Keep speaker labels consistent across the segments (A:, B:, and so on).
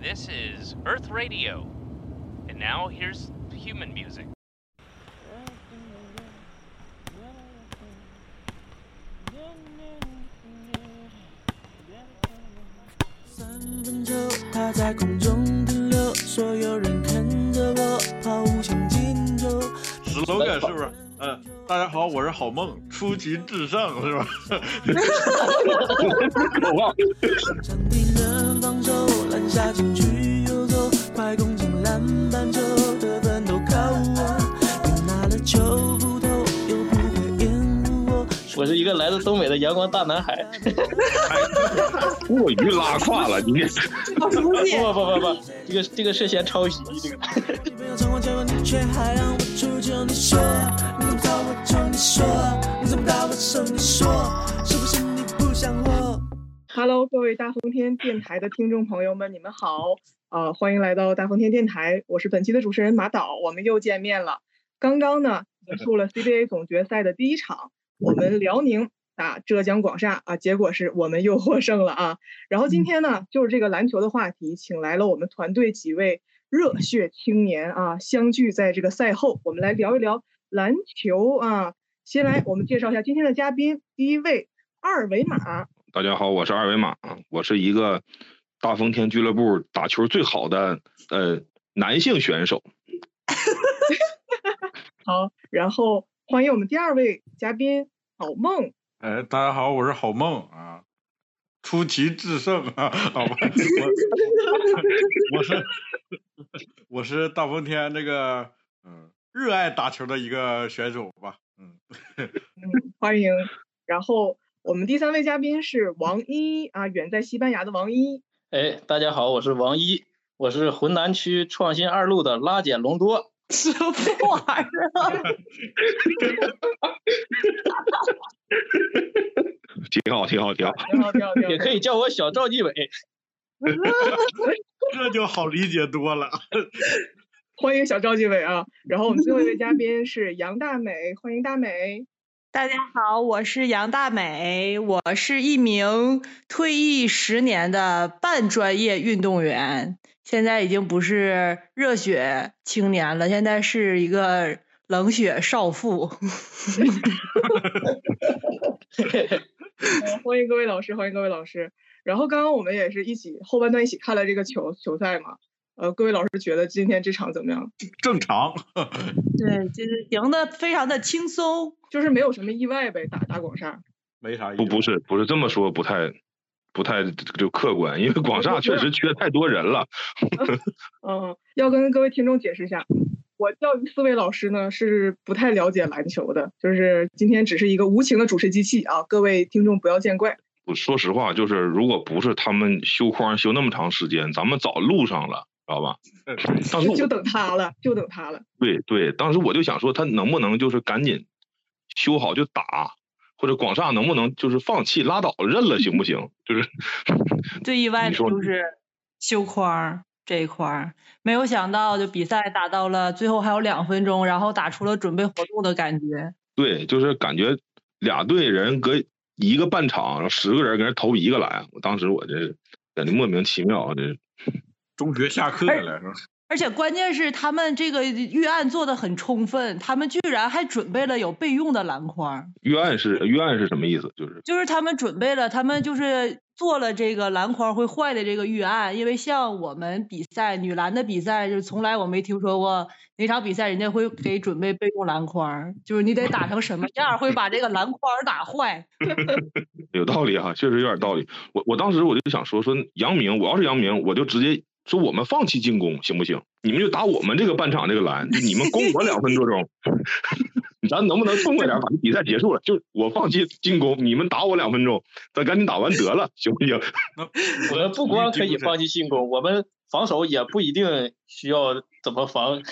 A: This is Earth Radio. And now here's human music.
B: 三分球，它在空中停留，所有人看着我抛物向锦州。
C: slogan 是不是？嗯，大家好，我是好梦，出奇制胜是吧？
D: 我忘了，
B: 场地能放手，篮下禁区游走，快攻进篮板球，得分都靠我。你拿了球不投，又不会掩护我。
E: 我是一个来自东北的阳光大男孩。
D: 过于拉胯了，你
F: 好熟悉，
E: 不不不不，这个这个涉嫌抄袭，这个
B: 你没有成功，结果你却还让我出糗。你说你怎么打我球？你说你怎么打我手？你说是不是你不想我？
F: Hello，各位大风天电台的听众朋友们，你们好，呃，欢迎来到大风天电台，我是本期的主持人马导，我们又见面了。刚刚呢，结束了 CBA 总决赛的第一场，我们辽宁打浙江广厦啊，结果是我们又获胜了啊。然后今天呢，就是这个篮球的话题，请来了我们团队几位热血青年啊，相聚在这个赛后，我们来聊一聊篮球啊。先来，我们介绍一下今天的嘉宾，第一位二维码。
D: 大家好，我是二维码，我是一个大风天俱乐部打球最好的呃男性选手。
F: 好，然后欢迎我们第二位嘉宾好梦。
C: 哎，大家好，我是好梦啊，出奇制胜啊， 好吧，我我是 我是大风天这个嗯热爱打球的一个选手吧，嗯，
F: 嗯，欢迎。然后我们第三位嘉宾是王一啊，远在西班牙的王一。
E: 哎，大家好，我是王一，我是浑南区创新二路的拉简隆多。
F: 什么玩意儿？
D: 挺好，挺好，挺好。
F: 挺好，挺好，挺 好。
E: 也可以叫我小赵继伟。
C: 这就好理解多了。
F: 欢迎小赵继伟啊。然后我们最后一位嘉宾是杨大美，欢迎大美。
G: 大家好，我是杨大美，我是一名退役十年的半专业运动员，现在已经不是热血青年了，现在是一个冷血少妇。
F: 呃欢迎各位老师，欢迎各位老师。然后刚刚我们也是一起后半段一起看了这个球球赛嘛。呃，各位老师觉得今天这场怎么样？
C: 正常，
G: 对，就是赢得非常的轻松。
F: 就是没有什么意外呗，打打广厦。
C: 没啥意思。
D: 不不是不是这么说，不太不太就客观，因为 广厦确实缺太多人了。
F: 嗯，要跟各位听众解释一下，我教育四位老师呢是不太了解篮球的，就是今天只是一个无情的主持机器啊，各位听众不要见怪。
D: 我说实话，就是如果不是他们修框修那么长时间，咱们早录上了，知道吧？当
F: 嗯就
D: 时哦我
F: 就等他了，就等他 了。
D: 对对，当时我就想说，他能不能就是赶紧修好就打，或者广厦能不能就是放弃拉倒认了，行不行？就是
G: 最意外
D: 你
G: 的
D: 说
G: 就
D: 你
G: 是修框儿这一块儿，没有想到就比赛打到了最后还有两分钟，然后打出了准备活动的感觉。
D: 对，就是感觉俩队人隔一个半场，然后十个人搁那投一个篮，我当时我这感觉莫名其妙，啊这
C: 中学下课
D: 哎
C: 了是吧？
G: 而且关键是他们这个预案做的很充分，他们居然还准备了有备用的篮筐儿，
D: 预案是预案是什么意思？就是
G: 就是他们准备了，他们就是做了这个篮筐儿会坏的这个预案，因为像我们比赛女篮的比赛，就是从来我没听说过哪场比赛人家会给准备备用篮筐儿，就是你得打成什么样儿会把这个篮筐儿打坏。
D: 有道理哈、确实有点道理。我我当时我就想说说杨明，我要是杨明，我就直接说我们放弃进攻行不行？你们就打我们这个半场这个篮，就你们攻我两分多钟， 咱能不能痛快点把这比赛结束了？就我放弃进攻，你们打我两分钟，咱赶紧打完得了，行不行？
E: 我们不光可以放弃进攻，我们防守也不一定需要怎么防，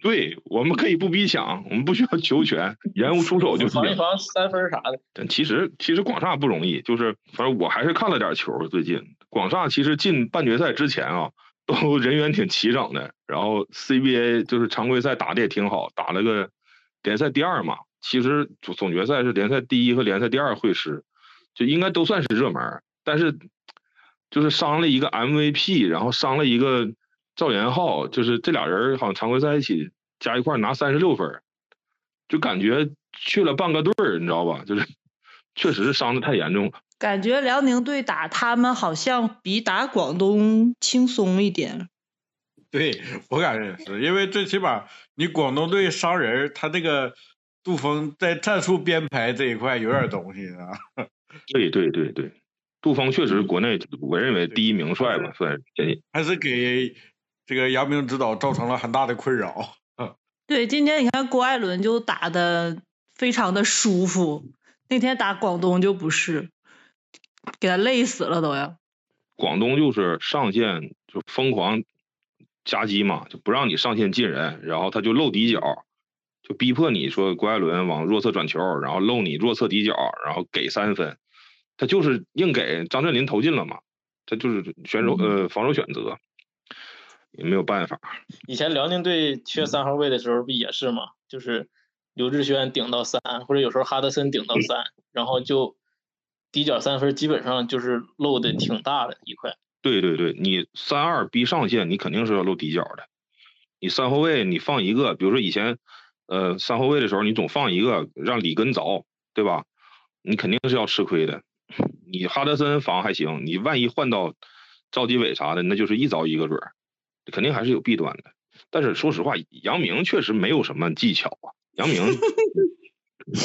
D: 对，我们可以不逼抢，我们不需要求全，延误出手就行
E: 防一。防三分啥的。
D: 但其实其实广厦不容易，就是反正我还是看了点球。最近广厦其实进半决赛之前啊，都 人员挺齐整的，然后 CBA 就是常规赛打的也挺好，打了个联赛第二嘛。其实总总决赛是联赛第一和联赛第二会师，就应该都算是热门儿。但是就是伤了一个 MVP，然后伤了一个赵元昊，就是这俩人好像常规赛一起加一块儿拿三十六分儿，就感觉去了半个队儿，你知道吧？就是确实是伤的太严重了。
H: 感觉辽宁队打他们好像比打广东轻松一点。
C: 对我感觉也是，因为最起码你广东队伤人儿，他这个杜锋在战术编排这一块有点东西啊。
D: 对对对对，杜峰确实国内我认为第一名帅吧，算是前几
C: 还是给这个杨明指导造成了很大的困扰。
H: 对，今天你看郭艾伦就打的非常的舒服，那天打广东就不是，给他累死了都要。
D: 广东就是上线就疯狂夹击嘛，就不让你上线进人，然后他就露底角，就逼迫你说郭艾伦往弱侧转球，然后露你弱侧底角，然后给三分，他就是硬给张镇麟投进了嘛，他就是选手呃防守选择也没有办法，
E: 以前辽宁队缺三号位的时候不也是吗？就是刘志轩顶到三，或者有时候哈德森顶到三，然后就底角三分基本上就是漏的挺大的一块。
D: 对对对，你三二逼上线，你肯定是要露底角的。你三后卫你放一个，比如说以前，呃，三后卫的时候你总放一个让里根凿，对吧？你肯定是要吃亏的。你哈德森防还行，你万一换到赵继伟啥的，那就是一凿一个准儿，肯定还是有弊端的。但是说实话，杨明确实没有什么技巧啊。杨明，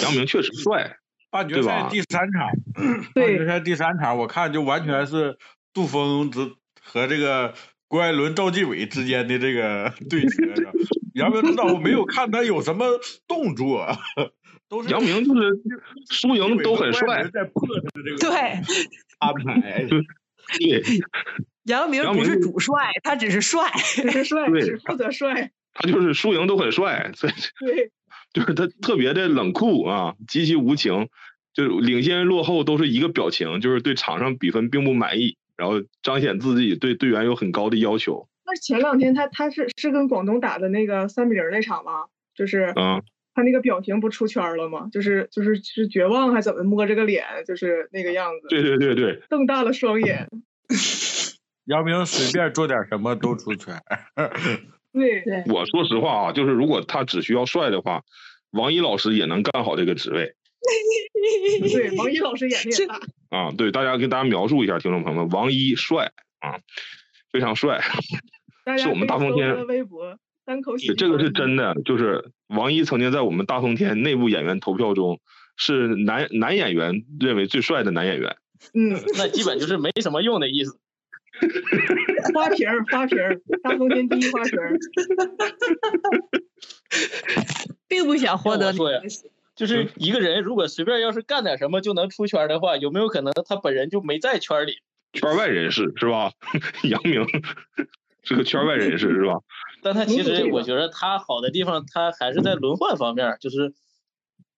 D: 杨明确实帅，
C: 半决
D: 对
C: 赛
D: 吧
C: 第三场， 半决
F: 对，
C: 赛第三场我看就完全是杜峰之和这个郭艾伦、赵继伟之间的这个 对决是吧。杨明指导我没有看他有什么动作，啊 都是
D: 杨明就是输赢都
C: 郭艾
D: 很帅
C: 伦。在破他的这个
H: 对，
C: 安排。
D: 对，
H: 杨明
D: 杨
H: 不是
D: 明
H: 主帅，他只是 帅。
F: 只是帅，
D: 对
F: 只负责帅，
D: 他就是输赢都很帅，所以
F: 对，
D: 就是他特别的冷酷啊，极其无情，就是领先落后都是一个表情，就是对场上比分并不满意，然后彰显自己对队员有很高的要求
F: 那前两天他他是是跟广东打的那个三比零那场吗？就是
D: 啊。
F: 他那个表情不出圈儿了吗？就是就是是绝望还是怎么摸着个脸，就是那个样子，
D: 对对对对，
F: 瞪大了双眼。
C: 杨明随便做点什么都 出圈。
F: 对，
H: 对，
D: 我说实话啊，就是如果他只需要帅的话，王一老师也能干好这个职位
F: 对，王一老师眼睛也大，
D: 啊。对，大家给大家描述一下，听众朋友们，王一帅啊，非常帅。
F: 大
D: 是
F: 家
D: 我们
F: 可以
D: 大风
F: 搜
D: 天
F: 他的微博单口喜
D: 对，
F: 剧，
D: 这个是真的，就是王一曾经在我们大风天内部演员投票中是男男演员认为最帅的男演员。
F: 嗯，
E: 那基本就是没什么用的意思。
D: 嗯
F: 花瓶儿花瓶儿，大风天第一花瓶儿，
H: 并不想获
E: 我
H: 得
E: 说呀就是一个人如果随便要是干点什么就能出圈的话，有没有可能他本人就没在圈里，
D: 圈外人士是吧？ 杨明是个圈外人士是吧？
E: 但他其
F: 没有这
E: 实
F: 个
E: 我觉得他好的地方，他还是在轮换方面儿，就是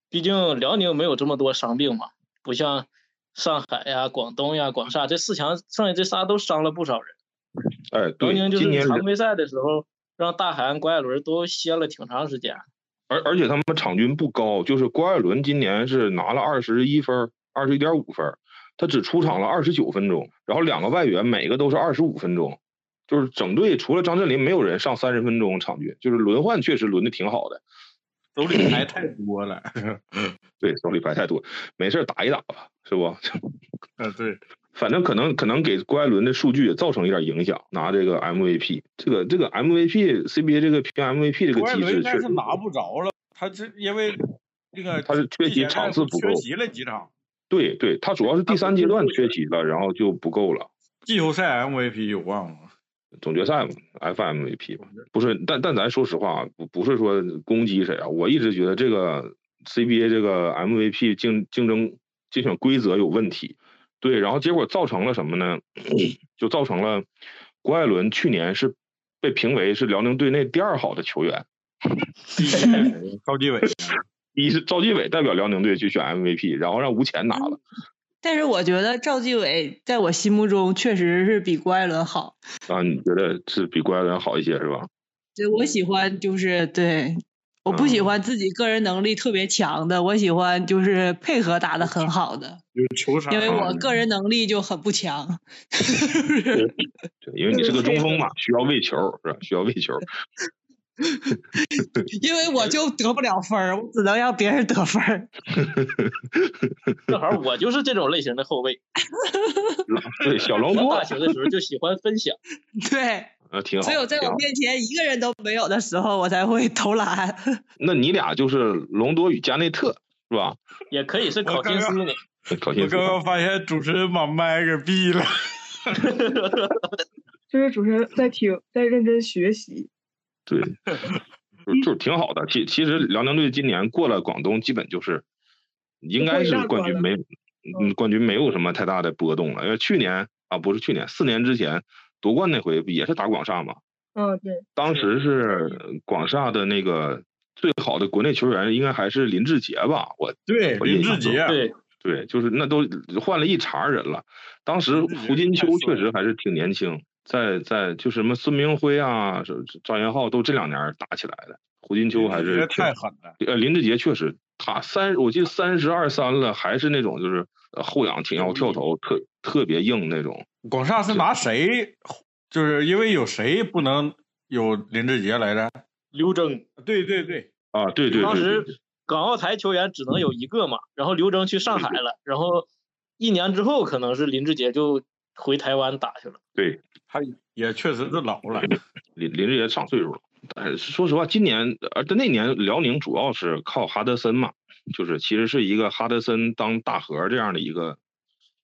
E: 毕竟辽宁没有这么多伤病嘛，不像上海呀、广东呀、广厦这四强，剩下这仨都伤了不少人。
D: 哎，
E: 辽
D: 对
E: 宁，就
D: 今
E: 是
D: 年
E: 常
D: 人
E: 规赛的时候让大韩、郭艾伦都歇了挺长时间。
D: 而而且他们场均不高，就是郭艾伦今年是拿了二十一分，二十一点五分，他只出场了二十九分钟，然后两个外援每个都是二十五分钟，就是整队除了张镇麟没有人上三十分钟场均，就是轮换确实轮的挺好的。
C: 手里牌太多 了。
D: 对，手里白太多，没事儿打一打吧， 是不？
C: 嗯，对，
D: 反正可能可能给郭艾伦的数据也造成一点影响，拿这个 MVP，这个这个 MVP CBA 这个评 MVP 这个
C: 郭艾
D: 机
C: 伦应
D: 制
C: 该
D: 确实
C: 是拿不着了，他是因为那个
D: 他是缺
C: 季
D: 席
C: 前赛
D: 场次不
C: 缺
D: 够
C: 席了几场，
D: 对对，他主要是第三阶段缺席了，然后就不够了，
C: 季后赛 MVP 有望 吗？
D: 总决赛嘛，FMVP 嘛，不是，但但咱说实话，啊不不是说攻击谁啊，我一直觉得这个 CBA 这个 MVP 竞竞争竞选规则有问题，对，然后结果造成了什么呢？就造成了郭艾伦去年是被评为是辽宁队内第二好的球员。
C: 第一是高继伟，
D: 一是赵继伟代表辽宁队去选 MVP，然后让吴前拿了
H: 但是我觉得赵继伟在我心目中确实是比郭艾伦好。
D: 啊，你觉得是比郭艾伦好一些是吧？
H: 对，我喜欢就是对我不喜欢自己个人能力特别强的，我喜欢就是配合打得很好的，
C: 有球场，啊
H: 因为 我个人能力就很不强。
D: 对因为你是个中锋嘛，需要喂球是吧？需要喂球。
H: 因为我就得不了分儿，我只能让别人得分儿。
E: 正好我就是这种类型的后卫，
D: 对，小龙
E: 我
D: 波
E: 大学的时候就喜欢分享，
H: 对，
D: 啊，挺好。
H: 只有在
D: 挺
H: 我
D: 好
H: 面前一个人都没有的时候，我才会投篮。
D: 那你俩就是隆多与加内特是吧？
E: 也可以是考辛斯呢。
D: 考辛
C: 我
D: 斯
C: 刚刚发现主持人把麦给闭了。
F: 就是主持人在听，在认真学习。
D: 对，就是就是挺好的。其其实辽宁队今年过了广东，基本就是应该是冠军没，嗯，冠军没有什么太大的波动了。因为去年啊，不是去年，四年之前夺冠那回不也是打广厦嘛，
F: 嗯，对，
D: 当时是广厦的那个最好的国内球员应该还是林志杰吧？我
C: 对，
D: 我
C: 林
D: 印
C: 志
D: 象中
C: 杰，啊
E: 对，
D: 对，就是那都换了一茬人了。当时
C: 林志杰太
D: 胡金秋
C: 帅
D: 确
C: 了
D: 实还是挺年轻，在在就是什么孙明辉啊、是赵元昊都这两年儿打起来的。胡金秋还
C: 林志
D: 是
C: 杰
D: 挺
C: 太狠了。
D: 呃，林志杰确实，他三，我记得三十二三了，还是那种就是呃后仰挺腰跳投特特别硬那种。
C: 广厦是拿谁？就是因为有谁不能有林志杰来着？
E: 刘铮
C: 对对对，
D: 啊，对对
E: 当
D: 对对嗯
E: 时港澳台球员只能有一个嘛，然后刘铮去上海了，然后一年之后可能是林志杰就回台湾打去了。
D: 对，
C: 他也确实是老了。
D: 林林志杰上岁数了，但是说实话，今年呃，但那年辽宁主要是靠哈德森嘛，就是其实是一个哈德森当大核这样的一个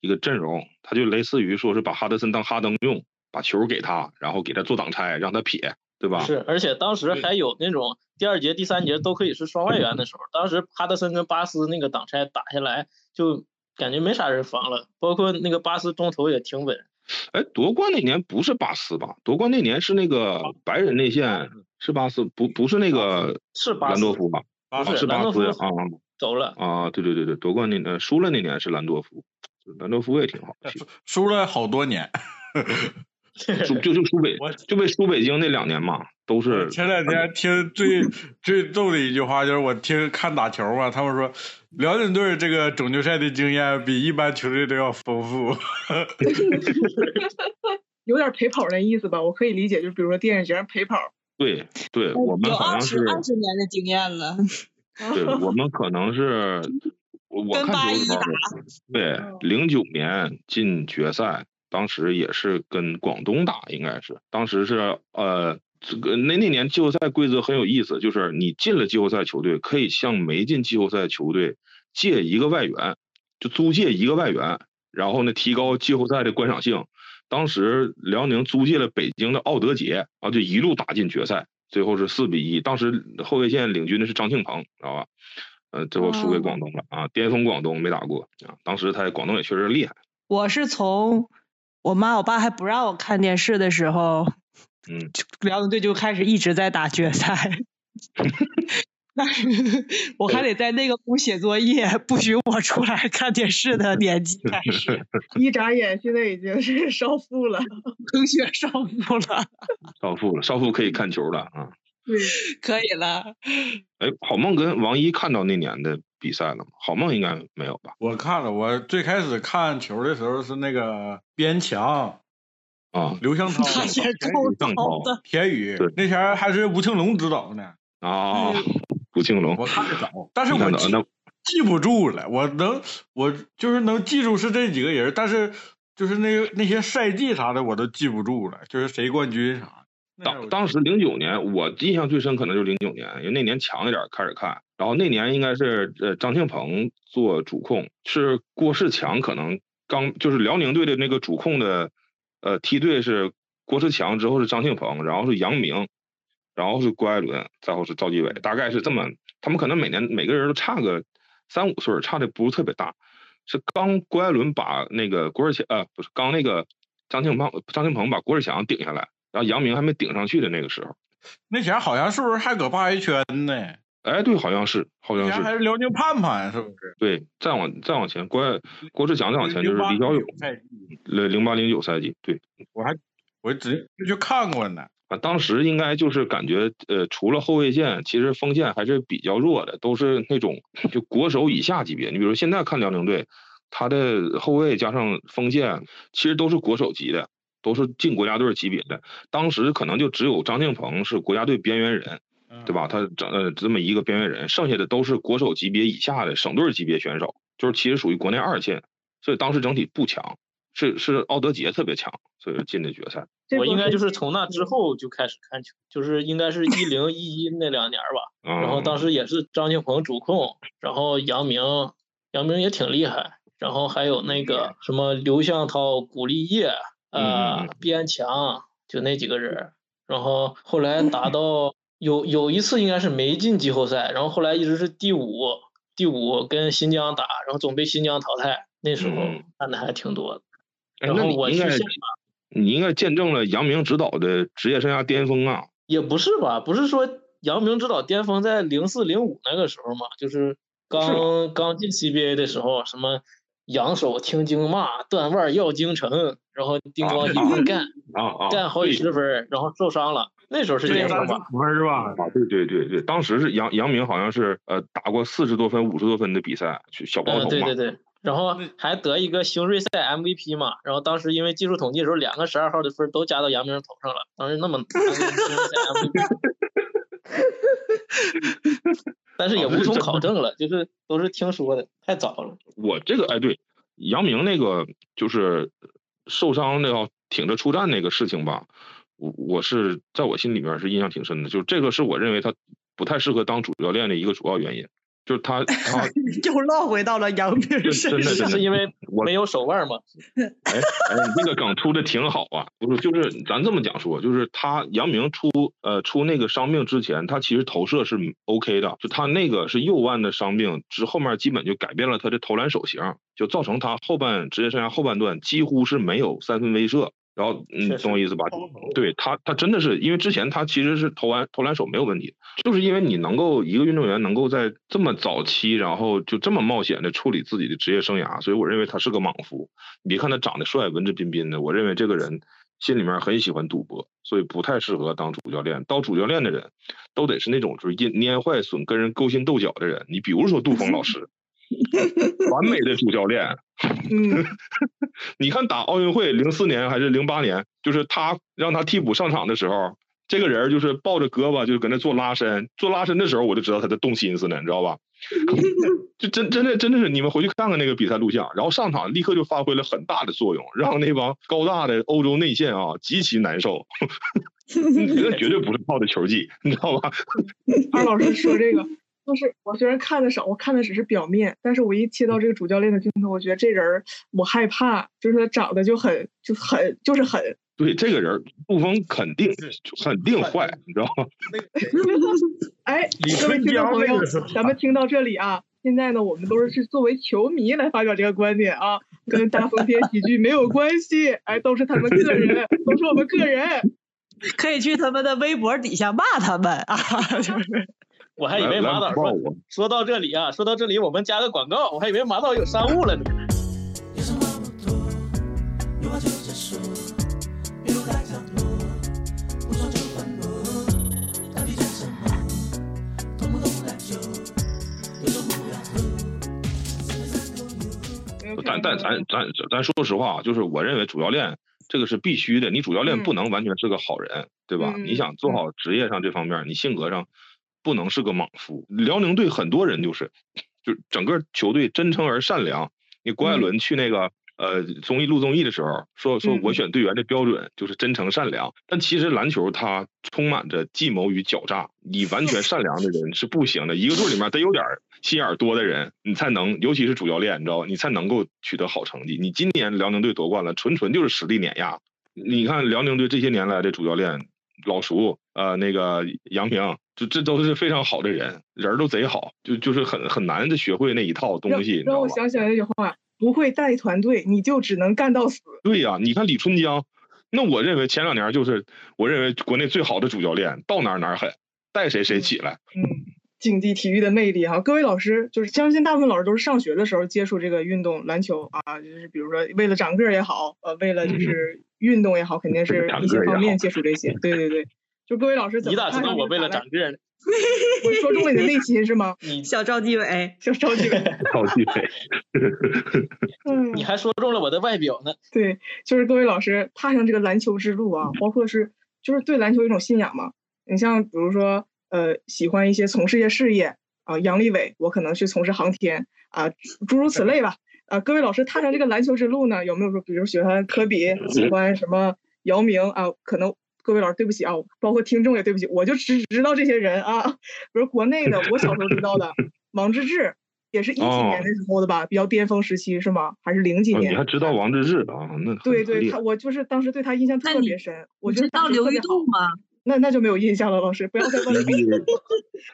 D: 一个阵容，他就类似于说是把哈德森当哈登用，把球给他，然后给他做挡拆，让他撇，对吧？
E: 是，而且当时还有那种第二节、第三节都可以是双外援的时候，当时哈德森跟巴斯那个挡拆打下来，就感觉没啥人防了，包括那个巴斯中投也挺稳。
D: 哎，夺冠那年不是巴斯吧？夺冠那年是那个白人内线是巴斯，不不是那个
E: 是巴
D: 兰
E: 斯
D: 多夫吧？
C: 巴
D: 啊，
E: 斯
D: 是
E: 兰
D: 巴
E: 多
D: 斯
E: 夫
D: 啊
E: 走了，
D: 啊！对对对对，夺冠那年输了那年是兰多夫，兰多夫也挺好，其实
C: 输了好多年。
D: 输就就输北
C: 我
D: 就被输北京那两年嘛，都是
C: 前两天听最最逗的一句话，就是我听看打球嘛，他们说辽宁队这个总决赛的经验比一般球队都要丰富。
F: 有点陪跑那意思吧，我可以理解。就比如说电影节上陪跑，
D: 对对，我们
H: 嗯有
D: 好
H: 二
D: 像
H: 十
D: 是
H: 二十年的经验了，
D: 对，我们可能 是我我
H: 跟
D: 看
H: 八一
D: 球的时候
H: 打，嗯
D: 对，零九年进决赛，当时也是跟广东打，应该是当时是呃，这个那那年季后赛规则很有意思，就是你进了季后赛球队，可以向没进季后赛球队借一个外援，就租借一个外援，然后呢提高季后赛的观赏性。当时辽宁租借了北京的奥德杰，啊，就一路打进决赛，最后是四比一。当时后卫线领军的是张庆鹏，知道吧？呃，最后输给广东了啊，巅峰广东没打过啊。当时他广东也确实厉害，
H: 我是从我妈我爸还不让我看电视的时候，
D: 嗯，
H: 辽宁队就开始一直在打决赛。 那我还得在那个屋写作业，不许我出来看电视的年纪开 始，
F: 一眨眼现在已经 是少妇了。
H: 同学上不了，
D: 少妇了，少妇可以看球了啊。
F: 对，
H: 可以了。
D: 哎，郝梦跟王一看到那年的比赛了吗？郝梦应该没有吧？
C: 我看了，我最开始看球的时候是那个边强、
D: 啊
C: 刘翔 涛、
H: 他也
C: 田
H: 够
C: 宇
D: 上
H: 高
D: 头
H: 的，
C: 田宇
D: 对
C: 那前儿还是吴庆龙指导呢，
D: 啊，吴庆龙，
C: 我看得早， 但是
D: 那
C: 我
D: 那
C: 记
D: 那
C: 记不住了，我能我就是能记住是这几个人，但是就是那个那些赛季啥的我都记不住了，就是谁冠军啥的。那样
D: 当
C: 我
D: 当时零九年，我印象最深可能就是零九年，因为那年强一点儿开始看，然后那年应该是呃张庆鹏做主控，是郭士强可能刚就是辽宁队的那个主控的呃梯队是郭士强，之后是张庆鹏，然后是杨明，然后是郭艾伦，再后是赵继伟，大概是这么，他们可能每年每个人都差个三五岁儿，差的不是特别大。是刚郭艾伦把那个郭士强呃不是刚那个张庆鹏张庆鹏把郭士强顶下来。然后杨明还没顶上去的那个时候，
C: 那前儿好像是不是还搁八一圈呢？
D: 哎，对，好像是，好
C: 那
D: 像
C: 前儿还
D: 是，
C: 是辽宁盼盼是不是？
D: 对，再往再往前，郭郭志强再往前就是
C: 08
D: 李小勇
C: 09，赛季
D: 零零八零九赛季，对，
C: 我还我只就去看过呢。
D: 啊，当时应该就是感觉，呃，除了后卫线，其实锋线还是比较弱的，都是那种就国手以下级别。你比如现在看辽宁队，他的后卫加上锋线，其实都是国手级的，都是进国家队级别的。当时可能就只有张敬鹏是国家队边缘人，
E: 嗯
D: 对吧？他整呃这么一个边缘人，剩下的都是国手级别以下的省队级别选手，就是其实属于国内二线，所以当时整体不强，是是奥德杰特别强，所以进的决赛。
F: 这
E: 我
F: 个
E: 应该就是
F: 是
E: 从
D: 嗯
E: 那之后就开始看球，就是应该是一零一一那两年吧。
D: 嗯、
E: 然后当
D: 时
E: 时也是张敬鹏主控，然后杨明，杨明也挺厉害，然后还有那个什么刘向涛、古力叶、
D: 嗯嗯
E: 呃
D: 嗯，
E: 毕安强，就那几个人儿。然后后来
D: 嗯
E: 打到有有一次应该是没进季后赛，然后后来一直是第五，第五跟新疆打，然后总被新疆淘汰。那时候
D: 嗯
E: 看的还挺多的。
D: 哎
E: 然
D: 那
E: 后
D: 你
E: 我
D: 应
E: 去
D: 该
E: 现
D: 你应该见证了杨明指导的职业生涯巅峰啊！
E: 也不是吧，不是说姚明指导巅峰在零四零五那个时候嘛，就是刚刚进 CBA 的时候，啊什么扬手听经骂，断腕要京城，然后叮咣一顿干，
D: 啊啊，
E: 干好几
D: 对
E: 十分儿，然后受伤了，那时候是
D: 对
E: 巅
D: 当
E: 峰
D: 时
E: 吧？
C: 五分是吧？
D: 啊，对对对对，当时是杨杨明好像是呃打过四十多分、五十多分的比赛，去小包头
E: 嗯，
D: 嘛。
E: 对对对。然后还得一个邢瑞赛 MVP 嘛，然后当时因为技术统计的时候，两个十二号的分儿都加到杨明头上了，当时那么拿个邢 瑞赛 MVP，但是也
D: 哦
E: 无
D: 这
E: 从
D: 真
E: 考证了，就是都是听说的，太早了。
D: 我这个哎对，杨明那个就是受伤那要挺着出战那个事情吧，我我是在我心里边是印象挺深的，就是这个是我认为他不太适合当主教练的一个主要原因，就是他他
H: 又落回到了杨明
D: 真
H: 身
D: 真的
H: 上。
D: 真的
E: 是因为
D: 我
E: 没有手腕嘛，
D: 哎哎，你这个梗出的挺好啊！不是，就是咱这么讲说，就是他杨明出呃出那个伤病之前，他其实投射是 OK 的，就他那个是右腕的伤病之后面，基本就改变了他的投篮手型，就造成他后半职业生涯后半段几乎是没有三分威慑。然后你
E: 确实
D: 懂我意思吧？对他，他真的是因为之前他其实是投篮投篮手没有问题，就是因为你能够一个运动员能够在这么早期，然后就这么冒险的处理自己的职业生涯，所以我认为他是个莽夫。你别看他长得帅，文质彬彬的，我认为这个人心里面很喜欢赌博，所以不太适合当主教练。当主教练的人都得是那种就是阴蔫坏损、跟人勾心斗角的人。你比如说杜峰老师，完美的主教练。
F: 嗯，
D: 你看打奥运会零四年还是零八年，就是他让他替补上场的时候，这个人就是抱着胳膊就搁那做拉伸，做拉伸的时候我就知道他在动心思呢，你知道吧？就真真的真的是你们回去看看那个比赛录像，然后上场立刻就发挥了很大的作用，让那帮高大的欧洲内线啊极其难受，那绝对不是靠的球技，你知道吧？
F: 二老师说这个，就是我虽然看的少，我看的只是表面，但是我一切到这个主教练的镜头，我觉得这人儿我害怕，就是他长得就很就很就是很，
D: 对，这个人杜峰肯定
C: 是
D: 肯定坏，你知道吗？
F: 哎，
C: 李
F: 各位
C: 春
F: 听众
C: 江
F: 朋
C: 那
F: 友
C: 个是吧，
F: 咱们听到这里啊，现在呢，我们都是是作为球迷来发表这个观点啊，跟大风天喜剧没有关系，哎，都是他们个人，都是我们个人。
H: 可以去他们的微博底下骂他们啊， 就是
E: 我还以
D: 来
E: 为
D: 来
E: 马导
D: 抱
E: 说
D: 我，
E: 说到这里啊，说到这里我们加个广告，我还以为马导有商务了呢。
B: 也想那么多，有话直接说，别太张罗，不爽就反驳，到底讲什么？懂不懂篮球？有种不要喝，
D: 但但咱咱咱说实话啊，就是我认为主教练这个是必须的，你主教练不能完全是个好人，对吧？
F: 嗯
D: 你想做好职业上这方面，你性格上不能是个莽夫。辽宁队很多人就是，就整个球队真诚而善良。你郭艾伦去那个、呃综艺录综艺的时候说说
F: 嗯
D: 我
F: 嗯
D: 选队员的标准就是真诚善良，但其实篮球它充满着计谋与狡诈，你 完全善良的人是不行的，一个队里面得有点儿心眼儿多的人，你才能，尤其是主教练，你知道吧，你才能够取得好成绩。你今年辽宁队夺冠了，纯纯就是实力碾压。你看辽宁队这些年来的主教练老熟，呃，那个杨平，这这都是非常好的人，人儿都贼好，就就是很很难的学会那一套东西，你知
F: 让让
D: 道
F: 我
D: 吧？
F: 想起来那句话：不会带团队，你就只能干到死。
D: 对呀、你看李春江，那我认为前两年就是我认为国内最好的主教练，到哪儿哪儿狠，带谁谁起来。
F: 嗯，竞技体育的魅力哈、各位老师就是相信大部分老师都是上学的时候接触这个运动篮球啊，就是比如说为了长个儿也好，呃，为了就是运动也好，肯定是
D: 长
F: 一
D: 个
F: 些
D: 儿也
F: 方面
D: 好
F: 接触这些。对对对，就各位老师怎
E: 你
F: 么
E: 咋
F: 看
E: 知道
F: 上
E: 我
F: 这
E: 为
F: 个
E: 了
F: 打
E: 长
F: 篮？
E: 个儿呢？
F: 我说中了你的内心是吗？
E: 你
I: 小赵纪委，
F: 就着急 了。
D: 好 鸡腿，
F: 嗯
E: 你还说中了我的外表呢？
F: 对，就是各位老师踏上这个篮球之路啊，包括是就是对篮球有一种信仰嘛。你像比如说呃，喜欢一些从事一些事业啊、杨利伟，我可能去从事航天啊、诸如此类吧。啊，各位老师踏上这个篮球之路呢，有没有说，比如喜欢科比，喜欢什么姚明啊？可能各位老师对不起啊，包括听众也对不起，我就只知道这些人啊。 比如国内的，我小时候知道的王治郅，也是一几
D: 哦
F: 年的时候的吧，比较巅峰时期是吗？还是零几
D: 啊
F: 年？
D: 你还知道王治郅啊？那很
F: 对
D: 很
F: 对，
D: 厉
F: 他
D: 害
F: 我就是当时对他印象
I: 那
F: 特
I: 你
F: 别深，我
I: 你
F: 觉得
I: 知
F: 当
I: 道
F: 时
I: 刘
F: 特
I: 玉
F: 别
I: 栋
F: 好，
I: 吗？
F: 那那就没有印象了，老师不要再问
D: CBA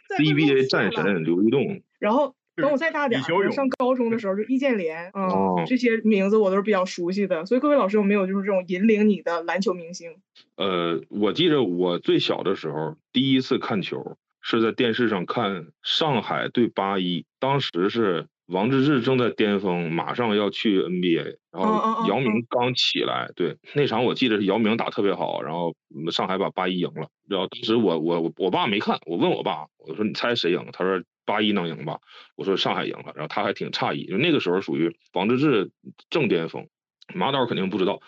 F: 再问漏
D: CBA
F: 下
D: 战
F: 了
D: 神刘玉栋，
F: 然后
C: 是
F: 等我再大点
C: 李
F: 儿，
C: 小
F: 我
C: 勇
F: 上高中的时候就易建 联啊、
D: 哦
F: 这些名字我都是比较熟悉的，所以各位老师有没有就是这种引领你的篮球明星？
D: 呃，我记着我最小的时候，第一次看球是在电视上看上海对八一，当时是王治郅正在巅峰，马上要去 NBA，然
F: 嗯嗯
D: 后
F: 嗯
D: 姚明
F: 嗯
D: 刚起来，对那场我记得是姚明打特别好，然后嗯上海把八一赢了，然后当时我我我我爸没看，我问我爸，我说你猜谁赢？他说八一能赢吧？我说上海赢了，然后他还挺诧异，就那个时候属于王治郅正巅峰，马导肯定不知道，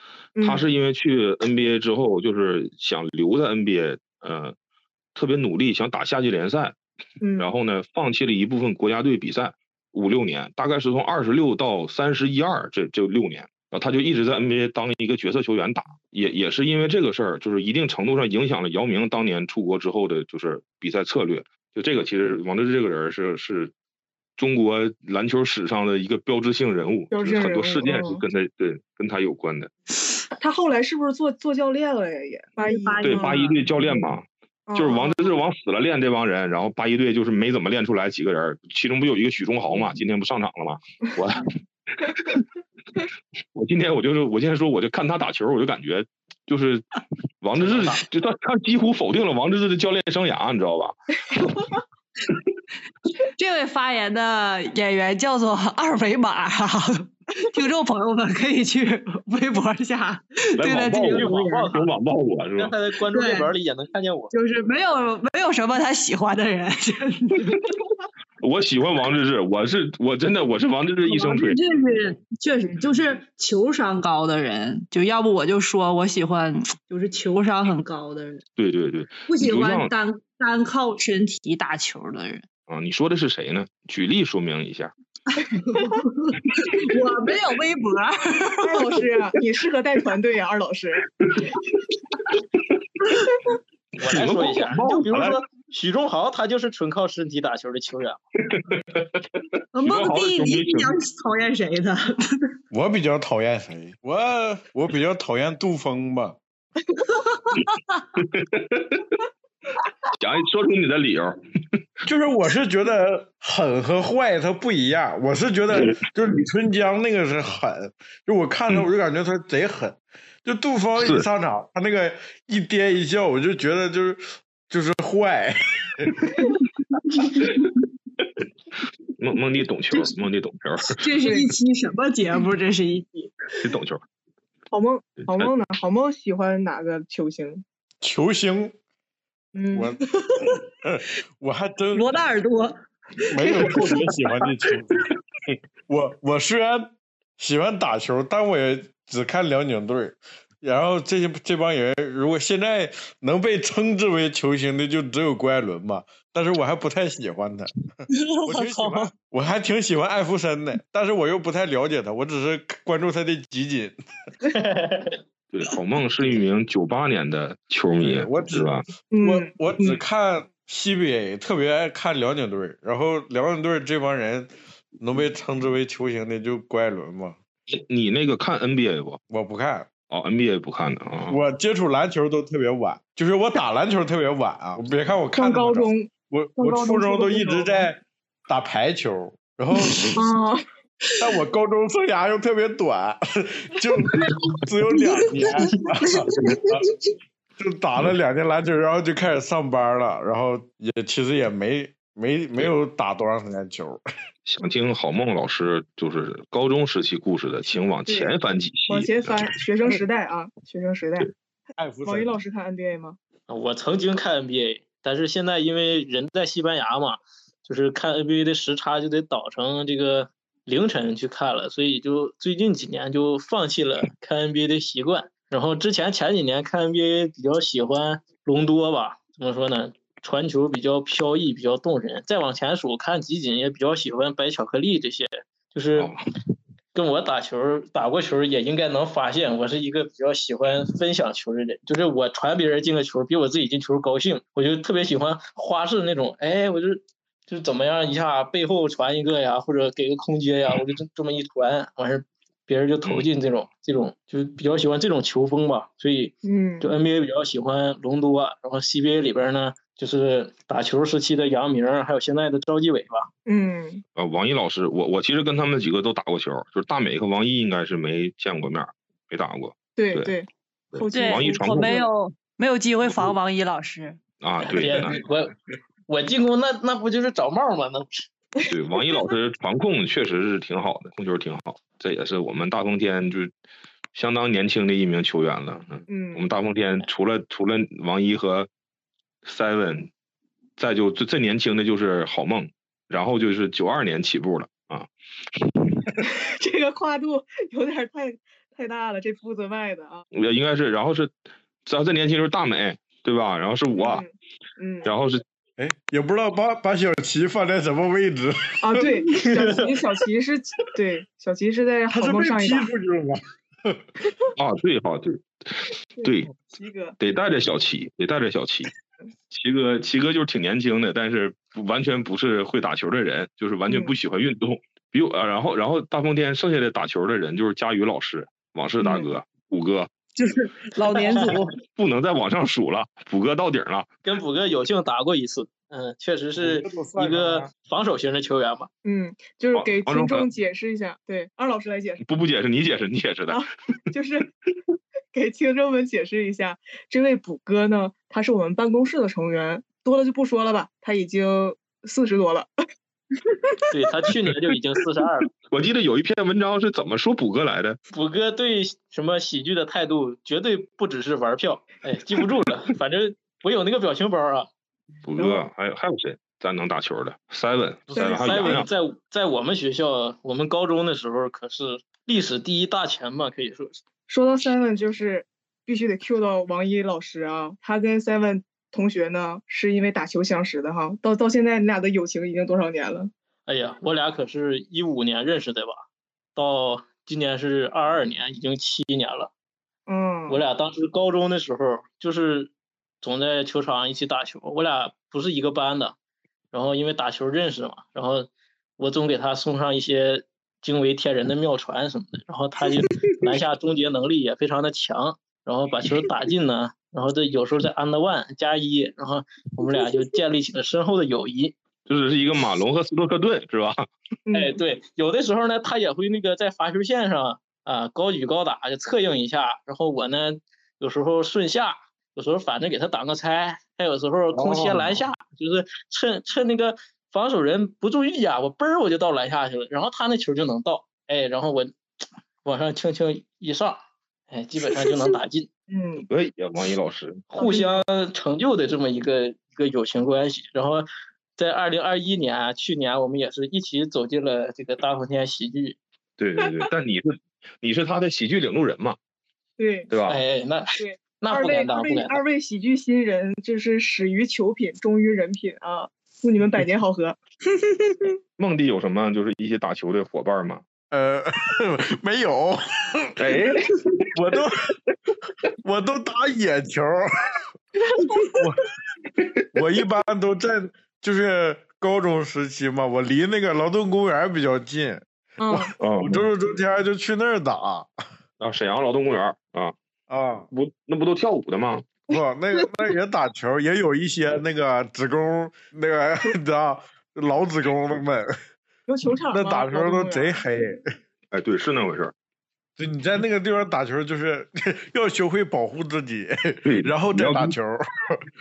D: 他
F: 嗯
D: 是因为去 NBA 之后就是想留在 NBA，呃，特别努力想打夏季联赛，
F: 嗯，
D: 然后呢放弃了一部分国家队比赛，五六年，大概是从二十六到三十一二这这六年。然后他就一直在 NBA 当一个角色球员打，也也是因为这个事儿，就是一定程度上影响了姚明当年出国之后的，就是比赛策略。就这个，其实王治郅这个人是是中国篮球史上的一个标志性人物，
F: 标
D: 就
F: 志
D: 是
F: 性
D: 很多
F: 人
D: 事
F: 物
D: 件是
F: 嗯
D: 跟他、对跟他有关的。
F: 他后来是不是做做教练了呀？也八一
I: 八
E: 嗯
D: 对
I: 吗
D: 八一队教练嘛，就是王
F: 嗯
D: 治郅往死了练这帮人，然后八一队就是没怎么练出来几个人，其中不有一个许忠豪嘛，今天不上场了吗？我 我今天我就是我今天说我就看他打球，我就感觉就是王治郅，就他他几乎否定了王治郅的教练生涯，你知道吧？
H: 这位发言的演员叫做二维码哈， 听众朋友们可以去微博下对
D: 来
H: 待
D: 网
H: 这
D: 暴
H: 个
D: 我，
H: 留言，
D: 网暴有
E: 啊
D: 网暴我是吧
E: 刚？才的观众列表里也能看见我。
H: 就是没有没有什么他喜欢的人，真的
D: 我喜欢王治郅，我是我真的我是王治郅一生吹。
H: 这是确实就是球商高的人，就要不我就说我喜欢就是球商很高的人，
D: 对对对，
H: 不喜
D: 你就
H: 欢
D: 像
H: 单单靠身体打球的人。
D: 啊，你说的是谁呢？举例说明一下。
H: 我没有微博，
F: 二老师啊，你适合带团队啊，二老师。
E: 我来
D: 你们
E: 说
D: 光
E: 一下，
D: 网暴
E: 就比如
D: 来
E: 说许忠豪，他就是纯靠身体打球的球员。
D: 说
H: 梦
D: 好
H: 弟
D: 久
H: 你
D: 没
H: 比
D: 听
H: 较讨厌谁的？
C: 我比较讨厌谁？我我比较讨厌杜峰吧。
D: 讲一说出你的理由。
C: 就是我是觉得狠和坏它不一样，我是觉得就是李春江那个是狠，就我看他我就感觉他贼狠，就杜峰一
D: 是
C: 上场，他那个一颠一笑，我就觉得就是就是坏，
D: 梦梦迪懂球，梦迪懂球，
H: 这是一期什么节目？这是一 期
D: 你懂球。
F: 好梦，好
D: 呃
F: 梦呢？好梦喜欢哪个球星？
C: 球星
F: 嗯，
C: 我呃我还真
H: 罗纳尔多。
C: 没有特别喜欢的球星。 我我虽然喜欢打球，但我也只看辽宁队儿。然后这些这帮人，如果现在能被称之为球星的，就只有郭艾伦吧。但是我还不太喜欢 他，我挺喜欢，我还挺喜欢艾弗森的，但是我又不太了解他，我只是关注他的集锦。
D: 对，郝梦是一名九八年的球迷
C: 对，我只
D: 是吧？
C: 我
F: 嗯，
C: 我只看 CBA，特别爱看辽宁队儿。然后辽宁队儿这帮人能被称之为球星的，就郭艾伦嘛。
D: 你那个看 NBA 不？
C: 我不看，
D: 哦，NBA 不看的啊。
C: 我接触篮球都特别晚，就是我打篮球特别晚啊。我别看我看
F: 上
C: 那么
F: 高
C: 早，
F: 中
C: 我
F: 上
C: 我初
F: 高中
C: 中
F: 初中
C: 都一
F: 高
C: 直
F: 中
C: 在打排球，然 后
G: 哦
F: 啊，
C: 但我高中生涯又特别短， 就只有两年，就打了两年篮球，然后就开始上班了，然后也其实也没没没有打多长时间球。
D: 想听郝梦老师就是高中时期故事的，请往
F: 对
D: 前翻几期。
F: 往前翻，学生时代啊，学生时代。
C: 艾弗
F: 老于
C: 森
F: 老师看 NBA 吗？
E: 我曾经看 NBA，但是现在因为人在西班牙嘛，就是看 NBA 的时差就得倒成这个凌晨去看了，所以就最近几年就放弃 了看 NBA 的习惯。然后之前前几年看 NBA 比较喜欢隆多吧，怎么说呢？传球比较飘逸，比较动人。再往前数，看集锦也比较喜欢白巧克力这些，就是
D: 哦
E: 跟我打球打过球也应该能发现，我是一个比较喜欢分享球的人，就是我传别人进个球比我自己进球高兴，我就特别喜欢花式那种，哎，我就就是怎么样一下背后传一个呀，或者给个空接呀，我就这这么一传，完事儿别人就投进这种这种，就是比较喜欢这种球风吧，所以
F: 嗯
E: 就 NBA 比较喜欢隆多，啊然后 CBA 里边呢，就是打球时期的杨明，还有现在的赵继伟吧。
F: 嗯
D: 呃，王毅老师，我我其实跟他们几个都打过球，就是大美和王毅应该是没见过面儿，没打过
F: 对
D: 对
F: 对，后期
H: 对
D: 王一传
H: 我
D: 控
H: 没
D: 制
H: 有没有机会防王一老师。
D: 啊。对，
E: 也
D: 那
E: 我我进攻那那不就是找帽吗？那不是
D: 对，王一老师传控确实是挺好的，控球挺好，这也是我们大风天就是相当年轻的一名球员了。嗯，我
F: 嗯
D: 们大风天除了除了王一和 Seven，再就最最年轻的就是郝梦，然后就是九二年起步了啊。
F: 这个跨度有点儿太太大了，这步子迈的啊。
D: 也应该是，然后是，再再年轻就是大美，对吧？然后是我，啊
F: 嗯，嗯
D: 然后是
C: 哎，也不知道把把小齐放在什么位置，
F: 啊，对， 小齐小齐是，对，小齐是在
C: 他是
F: 好
C: 被
F: 梦上一
C: 踢
F: 把，
C: 出去了吗？
D: 啊，对哈、对对，
F: 七哥，
D: 得带着小齐，得带着小齐。齐哥，齐哥就是挺年轻的，但是不完全不是会打球的人，就是完全不喜欢运动。比我，啊然后然后大风天剩下的打球的人就是佳宇老师、往事大哥、虎哥，
H: 就是老年组，
D: 不能再往上数了，虎哥到顶了。
E: 跟补哥有幸打过一次，嗯，确实是一
C: 啊
E: 个防守型的球员吧。
F: 嗯，就是
D: 王
F: 给
D: 王
F: 听
D: 中恒
F: 众解释一下，对，二老师来解释，
D: 不不解释，你解释，你解释的。
F: 啊就是 给听众们解释一下，这位补哥呢，他是我们办公室的成员，多了就不说了吧，他已经四十多了，
E: 对他去年就已经四十二了。
D: 我记得有一篇文章是怎么说虎哥来的，
E: 补哥对什么喜剧的态度绝对不只是玩票，哎，记不住了，反正我有那个表情包啊。
D: 虎
F: 然后
D: 哥，还有还有谁？咱能打球的，seven，
F: 对
D: seven 还有洋
E: Seven
D: 洋，
E: 在在我们学校，我们高中的时候可是历史第一大前吧，可以说是。
F: 说到 Seven，就是必须得 Q 到王一老师啊，他跟 Seven 同学呢是因为打球相识的哈，到到现在你俩的友情已经多少年了？
E: 哎呀，我俩可是一五年认识的吧，到今年是二二年，已经七年了。
F: 嗯，
E: 我俩当时高中的时候，就是总在球场一起打球，我俩不是一个班的，然后因为打球认识嘛，然后我总给他送上一些惊为天人的妙传什么的，然后他就篮下终结能力也非常的强，然后把球打进呢，然后这有时候在 under one 加一，然后我们俩就建立起了深厚的友谊。
D: 就是是一个马龙和斯托克顿，是吧？
E: 哎，
F: 嗯
E: 对，有的时候呢，他也会那个在罚球线上啊、高举高打，就策应一下。然后我呢，有时候顺下，有时候反正给他挡个拆，还有时候空切篮下，就是趁趁那个防守人不注意啊，我嘣儿我就到篮下去了，然后他那球就能到，哎，然后我往上轻轻一上，哎，基本上就能打进，
F: 嗯，
D: 可以啊，王一老师，
E: 互相成就的这么一个一个友情关系。然后在二零二一年啊，去年我们也是一起走进了这个大风天喜剧。
D: 对对对，但你是你是他的喜剧领路人嘛，
F: 对，
D: 对吧？
E: 哎，那
F: 对
E: 那
F: 二
E: 不
F: 位
E: 敢当，
F: 二
E: 不
F: 位
E: 敢当。
F: 二位喜剧新人，就是始于球品，终于人品啊！祝你们百年好合。
D: 梦弟有什么就是一些打球的伙伴吗？
C: 呃， 没有，
D: 哎，
C: 我都我都打野球儿， 我我一般都在就是高中时期嘛，我离那个劳动公园比较近，
F: 嗯，
D: 哦
C: 我，周六周天就去那儿打
D: 啊，沈阳劳动公园啊，
C: 啊。
D: 不，那不都跳舞的吗？
C: 不，那个那也打球，也有一些那个职工，那个你知道老职工们，
F: 有球场
C: 那
F: 吗
C: 打球
F: 劳动
C: 都
F: 公
C: 贼
F: 园
C: 黑。
D: 哎，对，是那回事儿。
C: 就你在那个地方打球，就是 要学会保护自己，
D: 对，
C: 然后
D: 你
C: 再
D: 要
C: 打
D: 跟
C: 球。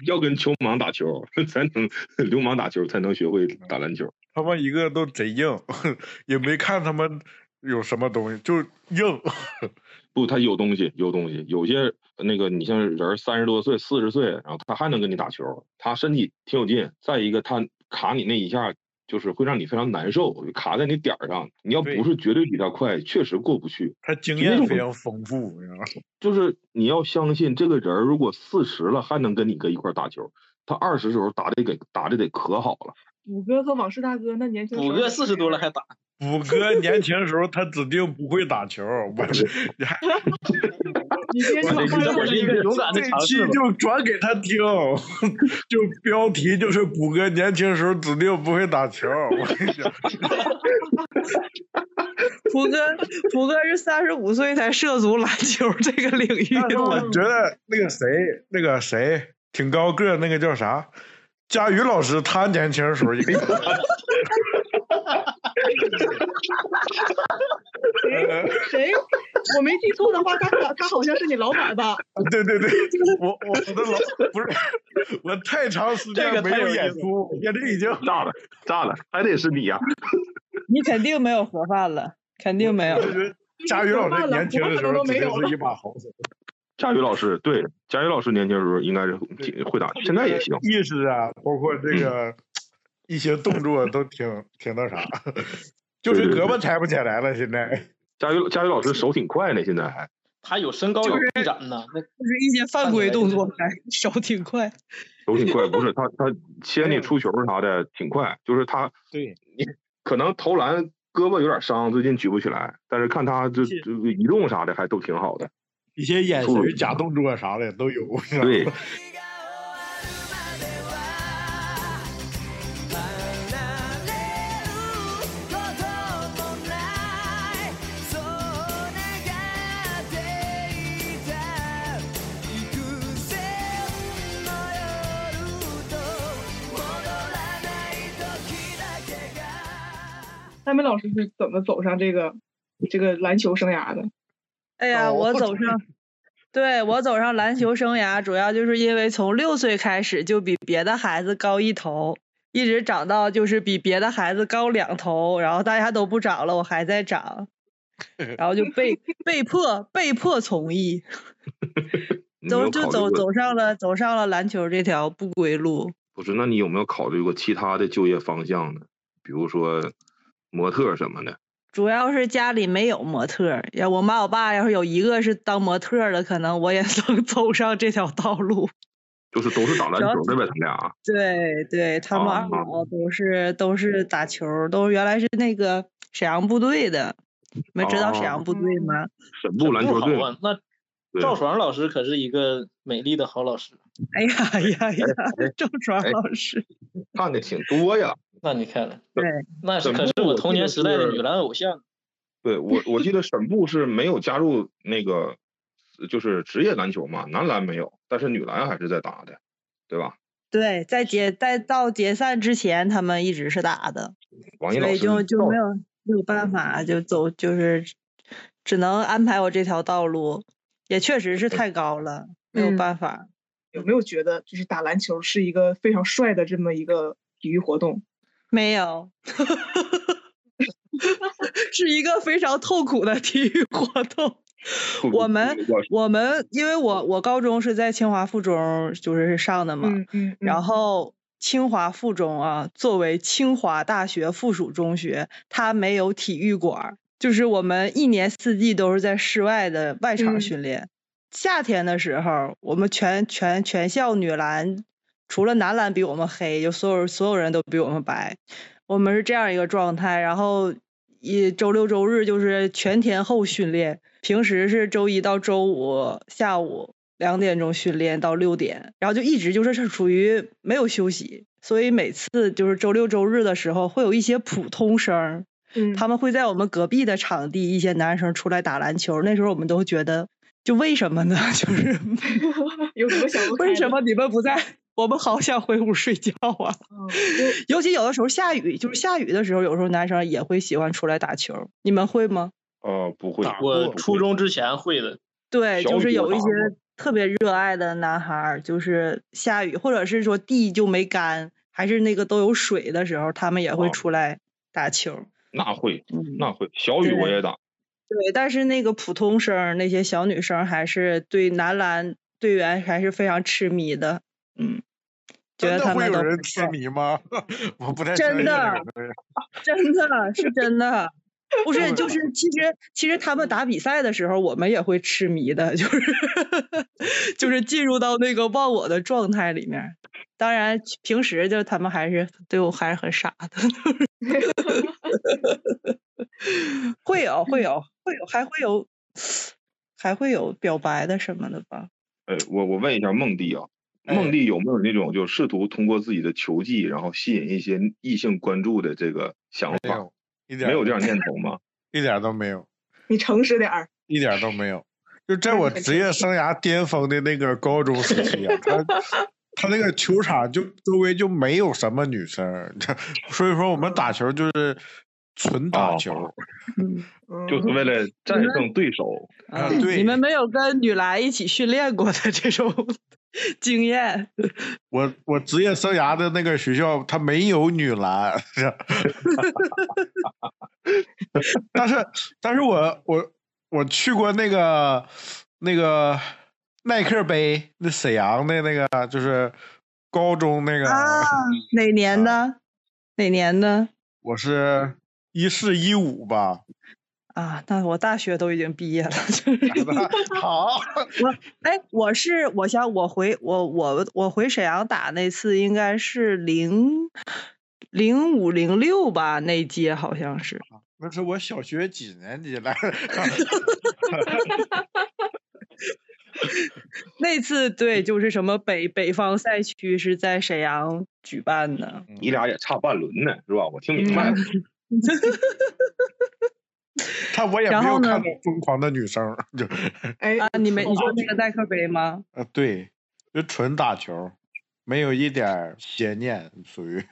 D: 要跟球盲打球， 才能流氓打球，才能学会打篮球。
C: 他们一个 都贼硬，也没看他们有什么东西，就硬。
D: 不，他有东西，有东西。有些那个，你像人三十多岁、四十岁，然后他还能跟你打球，他身体挺有劲。再一个，他卡你那一下，就是会让你非常难受，卡在你点儿上。你要
I: 对
D: 不是绝对比他快，确实过不去。
I: 他经
D: 那
I: 验
D: 种
I: 非常丰富，你知道吗？
D: 就是你要相信这个人儿，如果四十了还能跟你搁一块儿打球，他二十时候打的给打的得可好了。
F: 谷歌和往事大哥那年轻时
E: 谷
F: 候
E: 歌四十多了还打，
I: 谷歌年轻时候他指定不会打球，我是
F: 你别
E: 我这
F: 说话
E: 这
F: 了
E: 会是一个勇敢的
I: 这
E: 尝
I: 期
E: 试吧。
I: 就转给他听，就标题就是谷歌年轻时候指定不会打球。 我跟你讲，
G: 胡歌，胡歌是三十五岁才涉足篮球这个 领域
I: 但是
G: 的。
I: 我觉得那个谁，那个谁挺高个儿，那个叫啥？佳宇老师，他年轻时候 应该
F: 谁？我没记错的话，他好他好像是你老板吧？
I: 对对对，我我我的老不是，我太长时
E: 这
I: 间
E: 个
I: 没
E: 太
I: 有
E: 有意
I: 演
E: 思
I: 出，眼睛已经
D: 炸了，炸了，还得是你啊呀、
G: 你肯定没有盒饭了，肯定没有。
I: 就是佳宇老师年轻的时候
F: 我可能都
I: 指
F: 没有
I: 定
F: 了
I: 是一把好手。
D: 佳宇老师，对，佳宇老师年轻时候应该是挺会打，现在也行。
I: 意识啊，包括这个一些动作都挺挺那 啥，就是
D: 对对
I: 胳膊抬不起来了。现在
D: 佳宇佳宇老师手挺快呢，现在还。
E: 他有身高有臂展呢，那
G: 就是一些犯规动作，还手挺快。
D: 手挺快，不是他他牵你出球啥的挺快，就是他
I: 对
D: 你可能投篮胳膊有点伤，最近举不起来，但是看他这
I: 是
D: 这移动啥的还都挺好的。
I: 一些眼
D: 出入
I: 神、假动作啥的都有。
D: 对，
F: 大美老师是怎么走上这个这个篮球生涯的？
G: 哎呀，
I: 哦
G: 我走上，对我走上篮球生涯，主要就是因为从六岁开始就比别的孩子高一头，一直长到就是比别的孩子高两头，然后大家都不长了，我还 在长，然后就被被迫被迫从艺，
D: 你有
G: 走
D: 没有
G: 就
D: 考
G: 走
D: 虑过？
G: 走上了走上了篮球这条不归路。
D: 不是，那你有没有考虑过其他的就业方向呢？比如说模特什么的。
G: 主要是家里没有模特儿，要我妈我爸要是有一个是当模特儿的，可能我也 能走上这条道路。
D: 就是都是打篮
G: 主要
D: 球的呗，他俩啊
G: 对对，他们
D: 啊
G: 二老都是都是打球儿，都原来是那个沈阳部队的，你们知道沈
D: 哦
G: 阳部队吗？
D: 沈部篮球队
E: 好
D: 嘛，
E: 啊。那
D: 对
E: 赵爽老师可是一个美丽的好老师。
G: 哎呀哎呀呀
D: 哎，
G: 郑爽
D: 哎
G: 老师，
D: 看的挺多呀。
E: 那你看了，
G: 对，
E: 那是
D: 怎么
E: 可是
D: 我
E: 我
D: 记
E: 童
D: 得
E: 年时代的
D: 是
E: 女篮偶像。
D: 对我我记得沈部是没有加入那个就是职业篮球嘛，男篮没有，但是女篮还是在打的，对吧？
G: 对，在解在到解散之前，他们一直是打的，
D: 王毅
G: 所
D: 哦老
G: 以
D: 师
G: 就就没
D: 有
G: 有没有办法，就走就是只能安排我这条道路，也确实是
D: 哎
G: 太高了，没有
F: 嗯
G: 办法。
F: 有没有觉得就是打篮球是一个非常帅的这么一个体育活动？
G: 没有， 是一个非常痛苦的体育活动。我们我们因为我我高中是在清华附中就是上的嘛，
F: 嗯，
G: 然后清华附中啊，作为清华大学附属中学，它没有体育馆儿，就是我们一年四季都是在室外的外场
F: 嗯
G: 训练。夏天的时候，我们全全全校女篮，除了男篮比我们黑，就所有所有人都比我们白，我们是这样一个状态。然后一周六周日就是全天候训练，平时是周一到周五下午两点钟训练到六点，然后就一直就是是处于没有休息，所以每次就是周六周日的时候会有一些普通生儿，
F: 嗯
G: 他们会在我们隔壁的场地一些男生出来打篮球，那时候我们都觉得就为什么呢？ 就是
F: 有什么想不开
G: 为
F: 的
G: 什么你们不在？我们好想回屋睡觉啊！
F: 嗯就
G: 尤其有的时候下雨，就是下雨的时候，有时候男生也会喜欢出来打球，你们会吗？
D: 呃不会，
I: 打
E: 我
I: 过
E: 初中之前会的，
G: 对，
D: 小
G: 就是
D: 雨
G: 有一
D: 打
G: 些特别热爱的男孩儿，就是下雨或者是说地就没干，还是那个都有水的时候，他们也会
D: 哦
G: 出来打球。
D: 那会
G: 嗯，
D: 那会小雨我也打，
G: 对，但是那个普通生儿那些小女生还是对男篮队员还是非常痴迷的，嗯，觉
C: 真
G: 得
C: 的
G: 他
C: 会
G: 们
C: 有
G: 都
C: 人
G: 不
C: 痴
G: 错
C: 迷吗？我不太
G: 真
C: 相信
G: 的
C: 有的人
G: 真的是真的， 不是就
C: 对
G: 是其实其实他们打比赛的时候，我们也会痴迷的，就是 就是进入到那个忘我的状态里面。当然，平时就他们还是对我还是很傻的，会有会有会有还会有还会有表白的什么的吧？
D: 哎，我我问一下梦弟啊，
G: 哎
D: 梦弟有没有那种就试图通过自己的球技，然后吸引一些异性关注的这个想
C: 没
D: 法？
C: 有，一点
D: 没有
C: 都
D: 这样念头吗？
C: 一点都没有，
F: 你诚实点儿，
C: 一点都没有。就在我
F: 那你
C: 职业生涯巅峰的那个高中时期啊， 他他那个球场就周围就没有什么女生儿， 所以说我们打球就是纯打
D: 哦
C: 球。
G: 嗯
F: 嗯，
D: 就是为了战胜对手，
C: 啊
G: 嗯
C: 对
G: 你们没有跟女篮一起训练过的这种 经验，
C: 我我职业生涯的那个学校，它没有女 篮，但是但是我我我去过那个那个耐克杯，那沈阳的那个就是高中那个，
G: 啊哪年的？哪年的？
C: 我是一四一五 吧，
G: 啊，那我大学都已经毕业了。
C: 好，
G: 哎，我是我想我回我我我回沈阳打那次应该是零零五零六吧，那届好像是。
C: 那是我小学几年级来，
G: 那次对，就是什么北北方赛区是在沈阳举办的。
C: 嗯
D: 你俩也差半轮呢，是吧？我听明
G: 嗯
D: 白了，
C: 但我也
G: 然
C: 没有
G: 后呢
C: 看到疯狂的女生，就
F: 哎，
G: 啊，你们你说那个耐克杯吗？
C: 呃，对，就纯打球，没有一点儿邪念，属于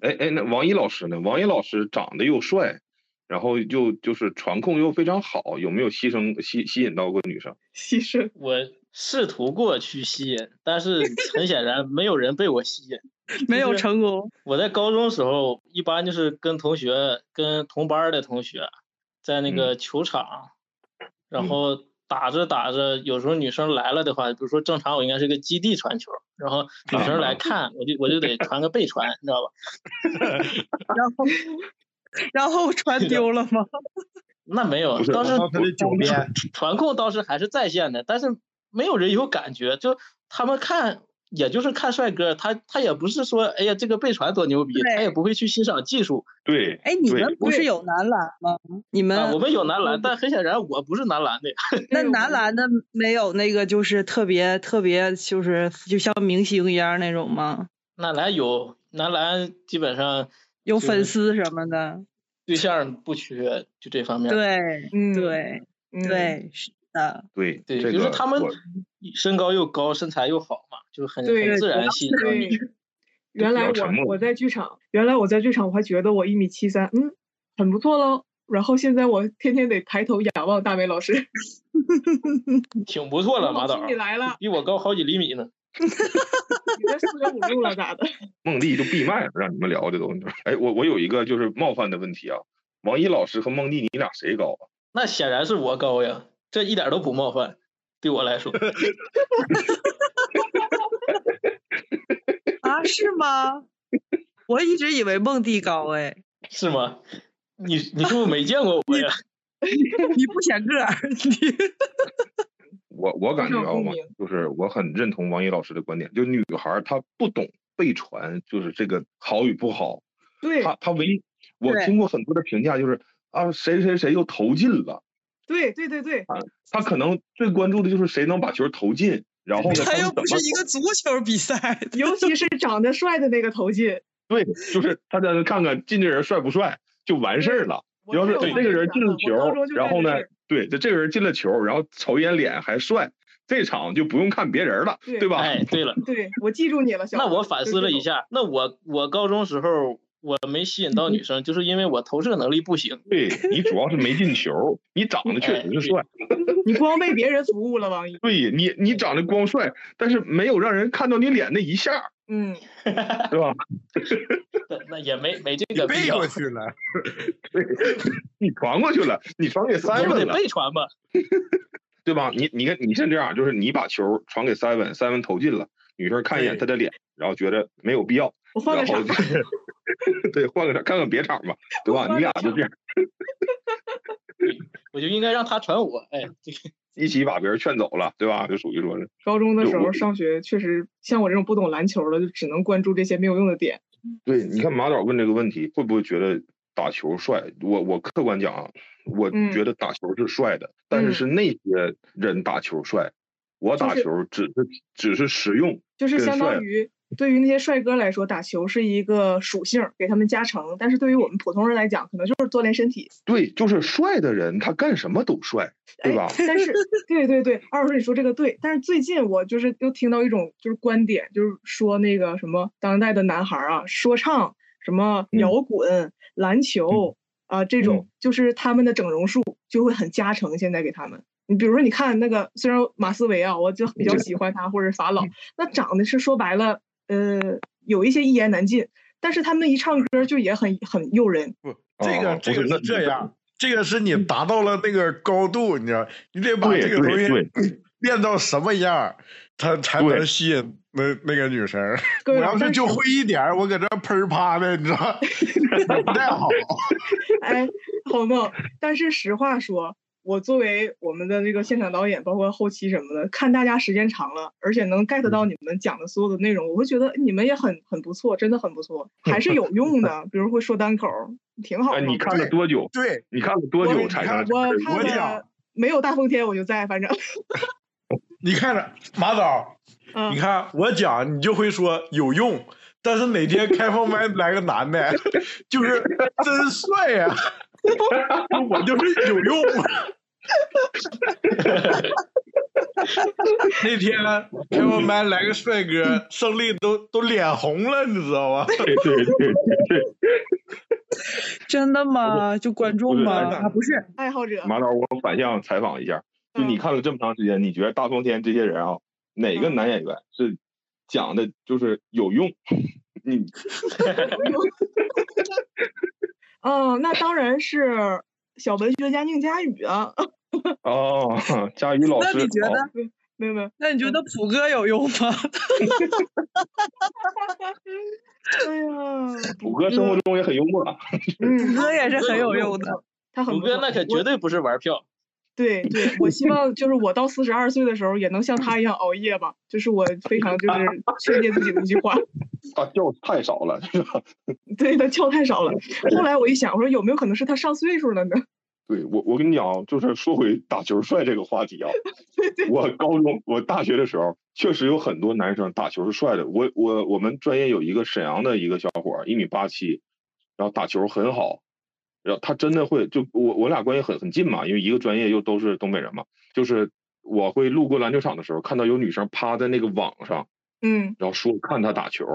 D: 哎哎，那王一老师呢？王一老师长得又帅，然后又就是传控又非常好，有没有牺牲吸吸引到过女生？
F: 牺牲，
E: 我试图过去吸引，但是很显然没有人被我吸引。
G: 没有
E: 就是
G: 成功。
E: 我在高中时候，一般就是跟同学、跟同班儿的同学，在
D: 嗯
E: 那个球场，然后打着打着，有时候女生来了的话，比如说正常我应该是个基地传球，然后女生
D: 啊
E: 来看，我就我就得传个背传，你知道吧？
G: 然 后然后传丢了吗？
E: 那没有
D: 不，是
E: 倒是
C: 到他的脚边，
E: 传控倒是还是在线的，但是没有人有感觉，就他们看。也就是看帅哥，他他也不是说，哎呀，这个背传多牛逼，他也不会去欣赏技术，
D: 对，
G: 哎，你
D: 对
G: 们不是有男篮吗？你
D: 嗯
G: 们、
E: 啊，我们有男篮，但很显然我不是男篮的呀。
G: 那男篮的没有那个就是特别特别就是就像明星一样那种吗？
E: 男篮有男篮，基本上就
G: 有粉
E: 是
G: 丝什么的？
E: 对象不缺，就这方面。
G: 对
F: 嗯，
G: 对
F: 嗯，
G: 对，是的，
D: 对
E: 对，
D: 这
E: 就
D: 个
E: 是他们
D: 我
E: 身高又高，身材又好嘛，就很
F: 对
E: 很自
G: 主
E: 然吸引到
F: 对
E: 你。，
F: 原来
D: 比较沉
F: 我
D: 默
F: 我在剧场，原来我在剧场，我还觉得我一米七三，嗯，很不错喽。然后现在我天天得抬头仰望大美老师，
E: 挺不错了，马导
F: 起，你来 了，
E: 比我高好几厘米呢。
F: 你这四舍五入了咋的？
D: 梦丽就闭麦了，让你们聊这东西。哎，我我有一个就是冒犯的问题啊，王一老师和梦丽，你俩谁高啊？
E: 那显然是我高呀，这一点都不冒犯，对我来 说。
G: 啊，是吗？ 我一直以为梦帝高哎，
E: 是吗？你你是不是没见 过我呀？
G: 你不显个儿， 你
D: 我我感觉
F: 上
D: 啊，
F: 共
D: 王
F: 鸣
D: 就是我很认同王一老师的观点，就女孩儿她不懂被传，就是这个好与不好，
F: 对
D: 她她唯一我
G: 对
D: 听过很多的评价就是啊，谁谁谁又投进了，
F: 对对对对，
D: 她可能最关注的就是谁能把球投进，然后呢，
G: 他
D: 她
G: 又
D: 怎
G: 不是
D: 么
G: 一个足球比赛的，
F: 尤其是长得帅的那个投进，
D: 对，就是她在那看看进这人帅不帅就完事儿了。
F: 我
D: 要
F: 太
D: 是
F: 有画
D: 这个
F: 面
D: 人
F: 感
D: 进了
F: 了我高
D: 球
F: 中，就
D: 然
F: 干
D: 后
F: 这
D: 呢
F: 事儿，
D: 对，这这个人进了球，然后瞅一眼脸还帅，这场就不用看别人了，
F: 对
D: 对吧？
E: 哎， 对了，
F: 对我记住你了，小
E: 那
F: 王
E: 我反
F: 就
E: 思
F: 这
E: 了一
F: 种
E: 下，那我我高中时候我没吸引到女生，就是因为我投射能力不行。
D: 对你主要是没进球，你长得确
E: 哎
D: 实是帅，
F: 你光为别人服务了，王一。
D: 对你你长得光帅，但是没有让人看到你脸那一下，
F: 嗯，
D: 是吧？
E: 那也没没这
I: 你
E: 个必
I: 背
E: 要
I: 过，去了，
D: 你传过去了，你传给
E: 你不
D: Seven
E: 得
D: 了，
E: 背传吧？
D: 对吧？你你看，你像这样，就是你把球传给 Seven，Seven 投进了，女生看一眼
I: 对
D: 他的脸，然后觉得没有必要，
F: 我换
D: 然
F: 个
D: 后
F: 场
D: 就 对换个场，看看别场吧，对吧？
F: 换个
D: 你俩就这样
E: 我就应该让他传我，哎，这个
D: 一起把别人劝走了，对吧？就属于说是
F: 高中的
D: 就
F: 时
D: 我
F: 候上学，确实像我这种不懂篮球的，就只能关注这些没有用的点。
D: 对，你看马导问这个问题，会不会觉得打球帅？我我客观讲啊，我
F: 嗯
D: 觉得打球是帅的，但是
F: 嗯
D: 是那些人打球帅，我
F: 就
D: 打
F: 是
D: 球只是只是实用。
F: 就是
D: 更
F: 相
D: 帅
F: 当于对于那些帅哥来说，打球是一个属性，给他们加成；但是对于我们普通人来讲，可能就是锻炼身体。
D: 对，就是帅的人，他干什么都帅，对
F: 哎
D: 吧？
F: 但 是对对对，二师你说这个对，但是最近我就是又听到一种就是观点，就是说那个什么当代的男孩儿啊，说唱什么
D: 嗯
F: 摇滚、篮球啊、这种，就是他们的整容术就会很加成，现在给他们。你比如说，你看那个，虽然马思唯啊，我就比较喜欢他，或者法老，那长得是说白了，呃，有一些一言难尽，但是他们一唱歌就也很很诱人。
I: 这
D: 啊
I: 个这
D: 不
I: 个
D: 那
I: 是这样，这个是你达到了那个高度，你知道，你得把
D: 对
I: 这个东
D: 对
I: 西 练到什么样儿，它才
D: 对
I: 能吸引那那个女生。
F: 各
I: 我
F: 位
I: 要
F: 老
I: 是
F: 师，
I: 就会一点儿，我搁这喷儿啪的， 你知道，也 不太好。
F: 哎，好梦。但是实话说，我作为我们的那个现场导演，包括后期什么的，看大家时间长了，而且能 get 到你们讲的所有的内容，我会觉得你们也很很不错，真的很不错，还是有用的。比如会说单口，挺好
D: 哎，
F: 的。
D: 你看了多久？
I: 对，
D: 你看了多
I: 我
D: 久
I: 你
D: 产生
I: 看
D: 了这
F: 我
D: 个
F: 看
I: 我
F: 了
I: 讲
F: 没有大风天我就在，反正
I: 你看着马导，
F: 嗯
I: 你，看我讲，你就会说有用。但是哪天开放麦来个男 的，就是真帅呀、我就是有 用。那天开放麦来个帅哥，胜利都都脸红了，你知道吧？
D: 对对对对
G: 真的 吗？就观众
D: 是
G: 吗？
I: 哎
G: 啊，不是，
F: 爱好者
D: 对，。马导，我反向采访一下，就你
F: 嗯
D: 看了这么长时间，你觉得大风天这些人啊，哪个
F: 嗯
D: 男演员是讲的就是有用？ 你
F: 嗯，那当然是小文学家宁佳宇啊，
D: 哦，佳宇老
G: 那
D: 师，
G: 你觉
D: 好
G: 得？
F: 没有没有，
G: 那你觉得普哥有用吗？
F: 哎呀，
D: 谷歌生活中也很幽默啊，
F: 嗯，
G: 普
F: 他
G: 哥也是很有用
F: 不
G: 的。
F: 错，他很
E: 虎
F: 不
E: 哥
F: 错。
E: 那可绝
F: 我
E: 对不是玩票，
F: 对对，我希望就是我到四十二岁的时候也能像他一样熬夜吧，就是我非常就是劝诫自己的一句话。
D: 他叫太少了，是吧？
F: 对他觉太少了，后来我一想，我说有没有可能是他上岁数了呢？
D: 对我，我跟你讲啊，就是说回打球帅这个话题啊，
F: 对对，
D: 我高中、我大学的时候，确实有很多男生打球是帅的。我我我们专业有一个沈阳的一个小伙儿，一米八七，然后打球很好，然后他真的会就我我俩关系很很近嘛，因为一个专业又都是东北人嘛，就是我会路过篮球场的时候，看到有女生趴在那个网上，
F: 嗯
D: 然后说看他打球，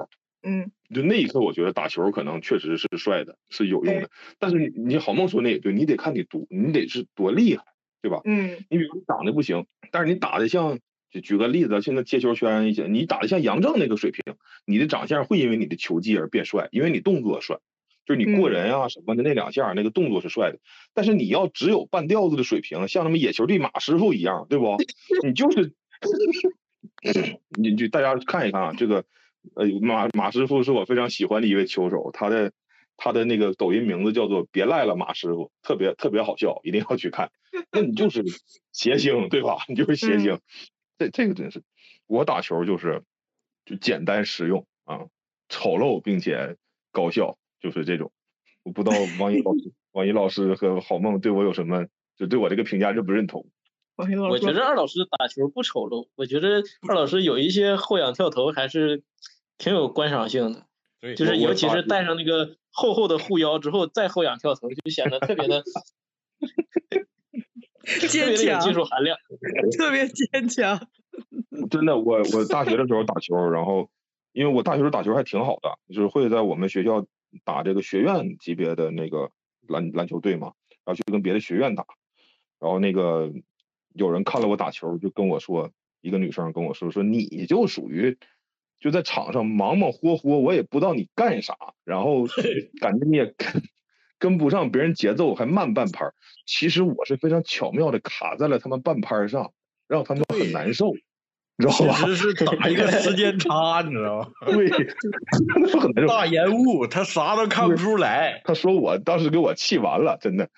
F: 嗯，
D: 就那一刻，我觉得打球可能确实是帅的，是有用的。但是你你好梦说那也对，你得看你多，你得是多厉害，对吧？
F: 嗯
D: 你比如你打的不行，但是你打的像，就举个例子，现在接球圈一些，你打的像杨正那个水平，你的长相会因为你的球技而变帅，因为你动作帅，就是你过
F: 嗯
D: 人啊什么的那两下儿那个动作是帅的。但是你要只有半吊子的水平，像他们野球队马师傅一样，对不？你就是， 你就大家看一看啊，这个呃马马师傅是我非常喜欢的一位球手，他的他的那个抖音名字叫做“别赖了马师傅”，特别特别好笑，一定要去 看。那你就是谐星，对吧？你就是谐
F: 嗯
D: 星，这这个真是，我打球就是就简单实用啊，丑陋并且高效，就是这种。我不知道王一老 师、王一老师和郝梦对我有什么，就对我这个评价认不认同？
F: 王黑老师
E: 我觉
F: 说
E: 着二老师打球不丑陋，我觉着二老师有一些后仰跳投还是挺有观赏性的，
I: 对
E: 就是
D: 我
E: 尤
D: 我
E: 其
D: 打
E: 是戴上那个厚厚的护腰之后再后仰跳投，就显得特别的特
G: 坚
E: 别的有技
G: 强，
E: 术含量。
G: 特别坚强。
D: 嗯真的，我我大学的时候打球，然后因为我大学时候打球还挺好的，就是会在我们学校打这个学院级别的那个篮篮球队嘛，然后去跟别的学院打，然后那个有人看了我打球，就跟我说，一个女生跟我说说你就属于就在场上忙忙活活，我也不知道你干啥，然后感觉你也跟跟不上别人节奏，还慢半拍儿。其实我是非常巧妙的卡在了他们半拍儿上，让他们很难受，你知道
C: 其
D: 吧？
C: 实是打一个时间差，你知道 吗？
D: 对，很难受。
C: 大延误，他啥都看不出 来。
D: 他说我当时给我气完了，真的，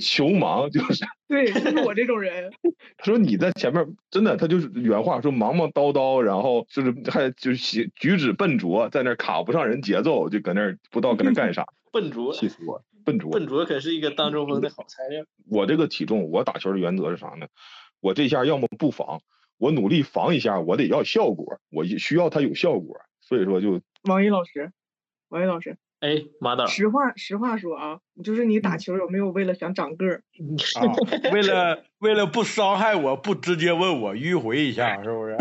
D: 穷忙就是。
F: 对，就是我这种人，
D: 他说你在前面真的，他就是原话说忙忙叨叨，然后就是还就是行举止笨拙，在那儿卡不上人节奏，就搁那儿不知道搁那儿干啥，
E: 笨拙，
D: 气死我！笨拙，
E: 笨拙可是一个当中锋的好材料。
D: 我这个体重，我打球的原则是啥呢？我这下要么不防，我努力防一下，我得要效果，我也需要他有效果，所以说就
F: 王一老师，王一老师，
E: 哎，马
G: 嗯
E: 导，
F: 实话实话说啊，就是你打球有没有为了想长个儿？
C: 啊，为了为了不伤害我，不直接问我，迂回一下，是不是？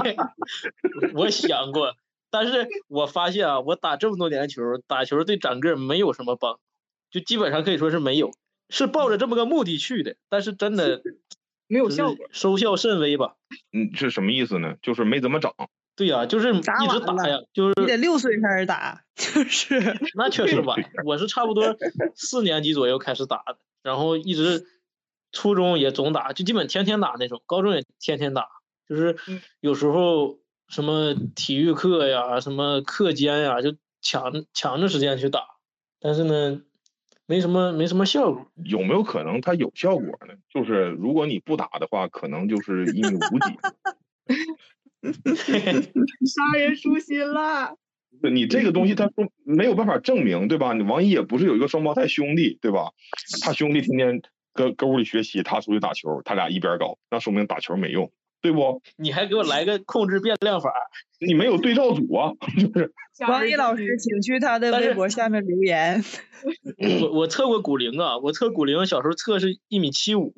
E: 我想过，但是我发现啊，我打这么多年球，打球对长个儿没有什么帮，就基本上可以说是没有，是抱着这么个目的去的，但是真的
F: 没有
E: 就是
F: 效果，
E: 收效甚微吧。
D: 嗯是什么意思呢？就是没怎么长，
E: 对呀、就是一
G: 打
E: 直
G: 晚
E: 打
G: 了
E: 呀，就是
G: 你得六岁开始打，就是
E: 那确实晚，我是差不多四年级左右开始打的，然后一直初中也总打，就基本天天打那种，高中也天天打，就是
F: 嗯
E: 有时候什么体育课呀、什么课间呀，就抢抢着时间去打，但是呢，没什么没什么效果。
D: 有没有可能它有效果呢？就是如果你不打的话，可能就是一米五 几。
F: 杀人舒心 了。
D: 对你这个东西，他说没有办法证明，对吧？你王一也不是有一个双胞胎兄弟，对吧？他兄弟天天搁搁屋里学习，他出去打球，他俩一边搞，那说明打球没用，对不？
E: 你还给我来个控制变量法，
D: 你没有对照组啊，就是
F: 下
G: 王
F: 边
G: 毅
F: 就
G: 老
F: 是
G: 师，请去他的
E: 但
G: 微
E: 是
G: 博下面留言。
E: 我我测过骨龄啊，我测骨龄，小时候测是一米七五，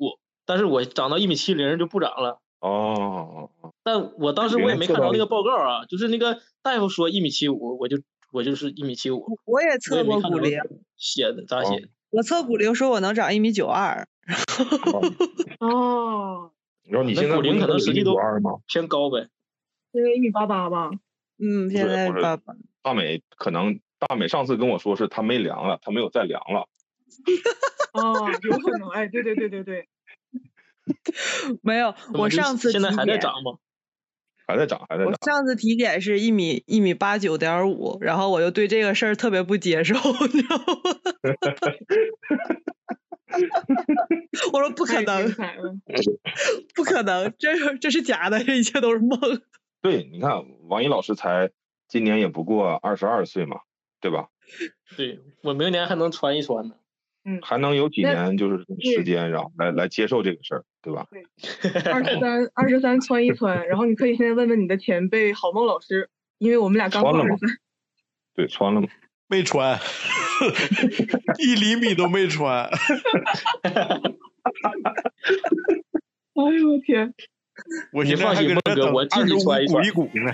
E: 但是我长到一米七零就不长了。
D: 哦，
E: 但我当时我也没看着那个报告啊，就是那个大夫说一米七五，我就我就是一米七五，
G: 我也
E: 我也
G: 测
E: 没
G: 过
E: 看
G: 骨哦
E: 着
G: 龄，
E: 写的咋写的？
G: 我测骨龄说我能长一米九二，
F: 哦，
D: 然 后你
E: 那
D: 现在
E: 骨龄可能实际都
D: 二吗？
E: 偏高呗。
F: 现在一米八八吧？
G: 嗯，现
D: 是
G: 在
D: 不是
G: 爸爸
D: 大美可能大美上次跟我说是他没量了，他没有再量了。
F: 哦，有可能，哎，对对对对对，
G: 没有，
E: 怎么
G: 我
E: 就
G: 上次
E: 现在
G: 体
E: 还在
G: 检，
E: 长吗？
D: 还在涨，还在
G: 我
D: 涨。
G: 上次体检是一米一米八九点五，然后我就对这个事儿特别不接受，你知道吗？ 我说 不可
F: 太精
G: 能，
F: 彩 了。
G: 不可能，这是这是假的，这一切都是梦。
D: 对，你看王一老师才今年也不过二十二岁嘛，对吧？
E: 对我明年还能穿一穿 呢。
D: 还能有几
F: 那
D: 年就是
F: 对
D: 时间，然后来来接受这个事儿，对吧？
F: 二十三，二十三窜一窜，然后你可以现在问问你的前辈郝梦老师，因为我们俩刚
D: 穿
F: 过
D: 了
F: 二
D: 吗
F: 十三，
D: 对，穿 了嘛。
I: 没穿，一厘米都没穿。
F: 哎呦我天，
I: 我
E: 你
I: 现在
E: 放
I: 还
E: 心
I: 搁
E: 梦
I: 这
E: 哥
I: 等
E: 我替
I: 二
E: 你
I: 十五
E: 穿一
I: 鼓
E: 穿
I: 一鼓呢。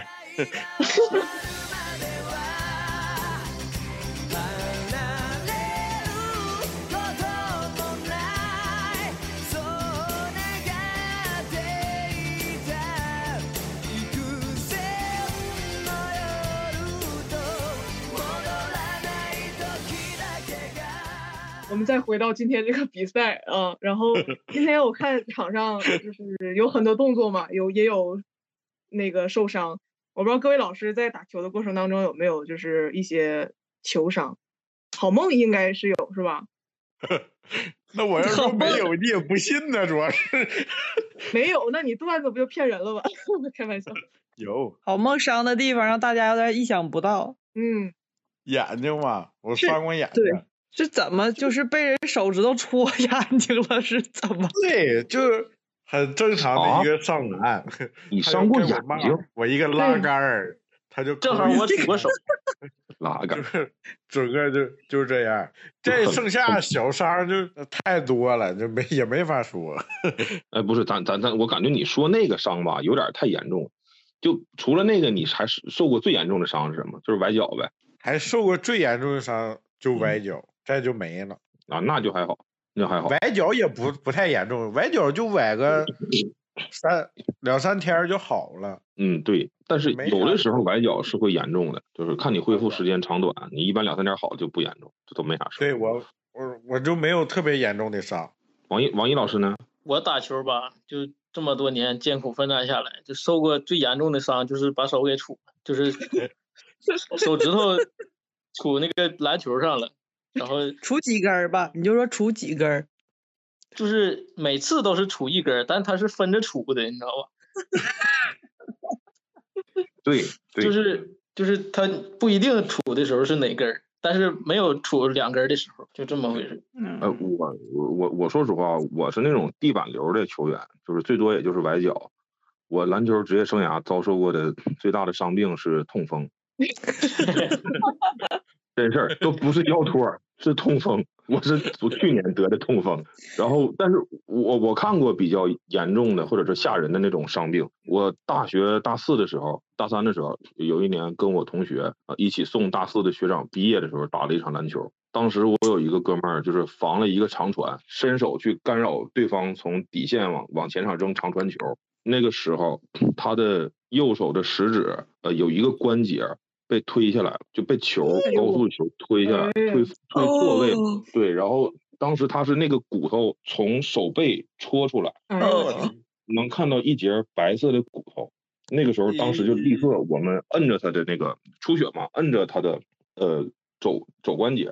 F: 我们再回到今天这个比赛啊，然后今天我看场上就是有很多动作嘛，有也有那个受伤，我不知道各位老师在打球的过程当中有没有就是一些球伤，郝梦应该是有是吧？
I: 那我要说没有，你也不信呢，主要是
F: 没有，那你段子不就骗人了吗？ 开玩笑，
I: 有
G: 好梦伤的地方让大家有点意想不到，
F: 嗯，
I: 眼睛嘛，我
G: 是
I: 伤过眼睛
G: 对。是怎么就是被人手指头戳眼睛了？是怎么？
I: 对，就是很正常的一个上篮。
D: 你
I: 他就
D: 伤过
I: 跟我
D: 眼
I: 骂
D: 睛，
I: 我一个拉杆儿，他就
E: 正
I: 扣
E: 好
I: 一
E: 我
I: 次
E: 杵过手，
D: 拉
I: 就
D: 杆。
I: 是 整个就就是这样。这
D: 很
I: 剩下小伤就太多了，就没也没法说。
D: 哎，不是，咱咱咱，我感觉你说那个伤吧，有点太严重了。就除了那个，你还是受过最严重的伤是什么？就是崴脚呗。
I: 还受过最严重的伤就崴脚，再就没了。
D: 啊，那就还好，那还好。
I: 崴脚也不不太严重，崴脚就崴个三两三天儿就好了。
D: 嗯，对，但是
I: 没
D: 有
I: 啥
D: 的时候崴脚是会严重的，就是看你恢复时间长短。你一般两三天好就不严重，这都没啥事儿。
I: 对我我我就没有特别严重的伤，
D: 王一王一老师呢？
E: 我打球吧，就这么多年艰苦奋战下来，就受过最严重的伤就是把手给杵，就是 手指头杵那个篮球上了，然后
G: 杵几根儿吧，你就说杵几根儿。
E: 就是每次都是杵一根儿，但它是分着杵的，你知道吧？
D: 对，对
E: 就是就是它不一定杵的时候是哪根儿，但是没有杵两根儿的时候，就这么回事。
D: 呃，
G: 嗯，
D: 我我我我说实话，我是那种地板流的球员，就是最多也就是崴脚。我篮球职业生涯遭受过的最大的伤病是痛 风，真事儿都不是腰托儿，是痛风。我是从去年得的痛风，然后但是我我看过比较严重的或者是吓人的那种伤病。我大学大四的时候，大三的时候，有一年跟我同学啊一起送大四的学长毕业的时候打了一场篮球，当时我有一个哥们儿，就是防了一个长传，伸手去干扰对方从底线往往前场扔长传球。那个时候，他的右手的食指呃有一个关节被推下来了，就被球
F: 哎呦哎
D: 高速球推下来，推推错位了。
G: 哦，
D: 对，然后当时他是那个骨头从手背戳出来，
F: 哎呦我
G: 哦
D: 能看到一节白色的骨头。那个时候，当时就立刻我们摁着他的那个出血嘛，摁着他的呃肘肘关节，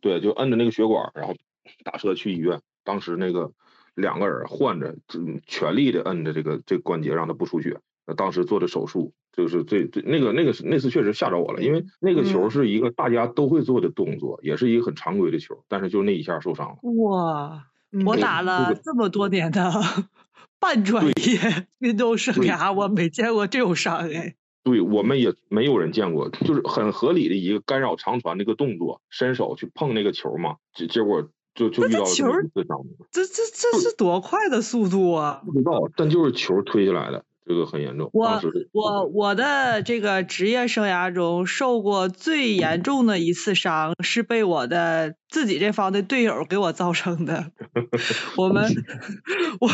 D: 对，就摁着那个血管，然后打车去医院。当时那个两个人换着，嗯全力的摁着这个这个关节，让他不出血。那当时做的手术，就是最最那个那个是那次确实吓着我了，因为那个球是一个大家都会做的动作，也是一个很常规的球，但是就那一下受伤了。
G: 哦哇，我
D: 嗯
G: 打
D: 这
G: 了
D: 个
G: 这么多年的 半专业运动生
D: 对
G: 涯，我没见过这种伤哎。
D: 对我们也没有人见过，就是很合理的一个干扰长传的一个动作，伸手去碰那个球嘛，结结果就就
G: 那
D: 遇
G: 这
D: 到了这
G: 球
D: 么
G: 儿
D: 一次伤病，
G: 这这这是多快的速度啊！
D: 不知道，但就是球推下来的，这个很严重。
G: 我
D: 当时
G: 我我的这个职业生涯中受过最严重的一次伤，是被我的自己这方的队友给我造成的。我们 我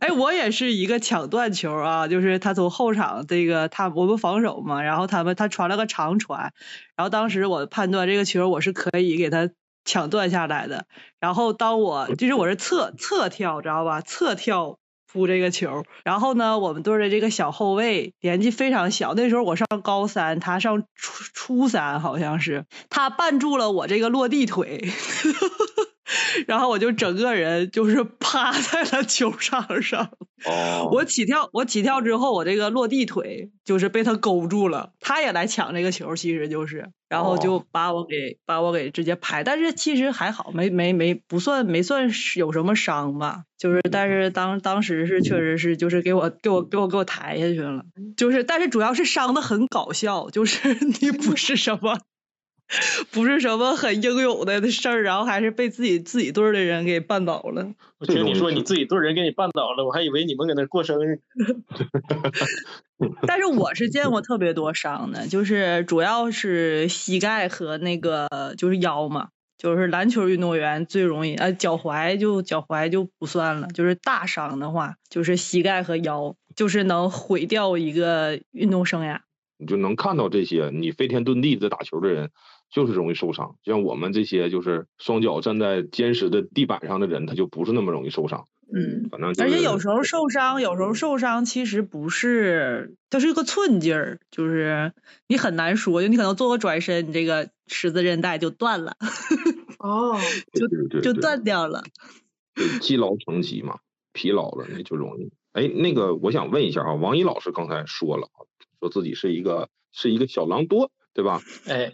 G: 哎，我也是一个抢断球啊，就是他从后场这个他我们防守嘛，然后他们他传了个长传，然后当时我判断这个球我是可以给他抢断下来的，然后当我就是我是侧侧跳，知道吧？侧跳扑这个球，然后呢，我们队儿的这个小后卫年纪非常小，那时候我上高三，他上初初三好像是，他绊住了我这个落地腿。 然后我就整个人就是趴在了球场上，
D: 哦，
G: 我起跳，我起跳之后，我这个落地腿就是被他勾住了，他也来抢这个球，其实就是，然后就把我给、把我给直接拍，但是其实还好，没没没不算没算是有什么伤吧，就是但是当当时是确实是就是给我给我给我给我抬下去了，就是但是主要是伤的很搞笑，就是 你不是什么。不是什么很英勇的事儿，然后还是被自己自己队儿的人给绊倒了。
E: 我
D: 这
E: 听你
D: 种
E: 说你
D: 是
E: 自己队儿人给你绊倒了，我还以为你们搁那过生日。
G: 但是我是见过特别多伤的，就是主要是膝盖和那个就是腰嘛，就是篮球运动员最容易，呃，脚踝就脚踝就不算了，就是大伤的话，就是膝盖和腰，就是能毁掉一个运动生涯。嗯
D: 你就能看到这些你飞天遁地的打球的人，就是容易受伤。像我们这些就是双脚站在坚实的地板上的人，他就不是那么容易受伤。
G: 嗯，
D: 反正就
G: 而且
D: 是
G: 有时候受伤，有时候受伤其实不是，它是个寸劲儿，就是你很难说，就你可能做个转身，你这个十字韧带就断了，
F: 哦，
D: 对对对
G: 就
D: 对
G: 断掉了。
D: 对积劳成疾嘛，疲劳了那就容易。哎，那个我想问一下啊，王一老师刚才说了啊，说自己是一个是一个小狼多，对吧？
E: 哎，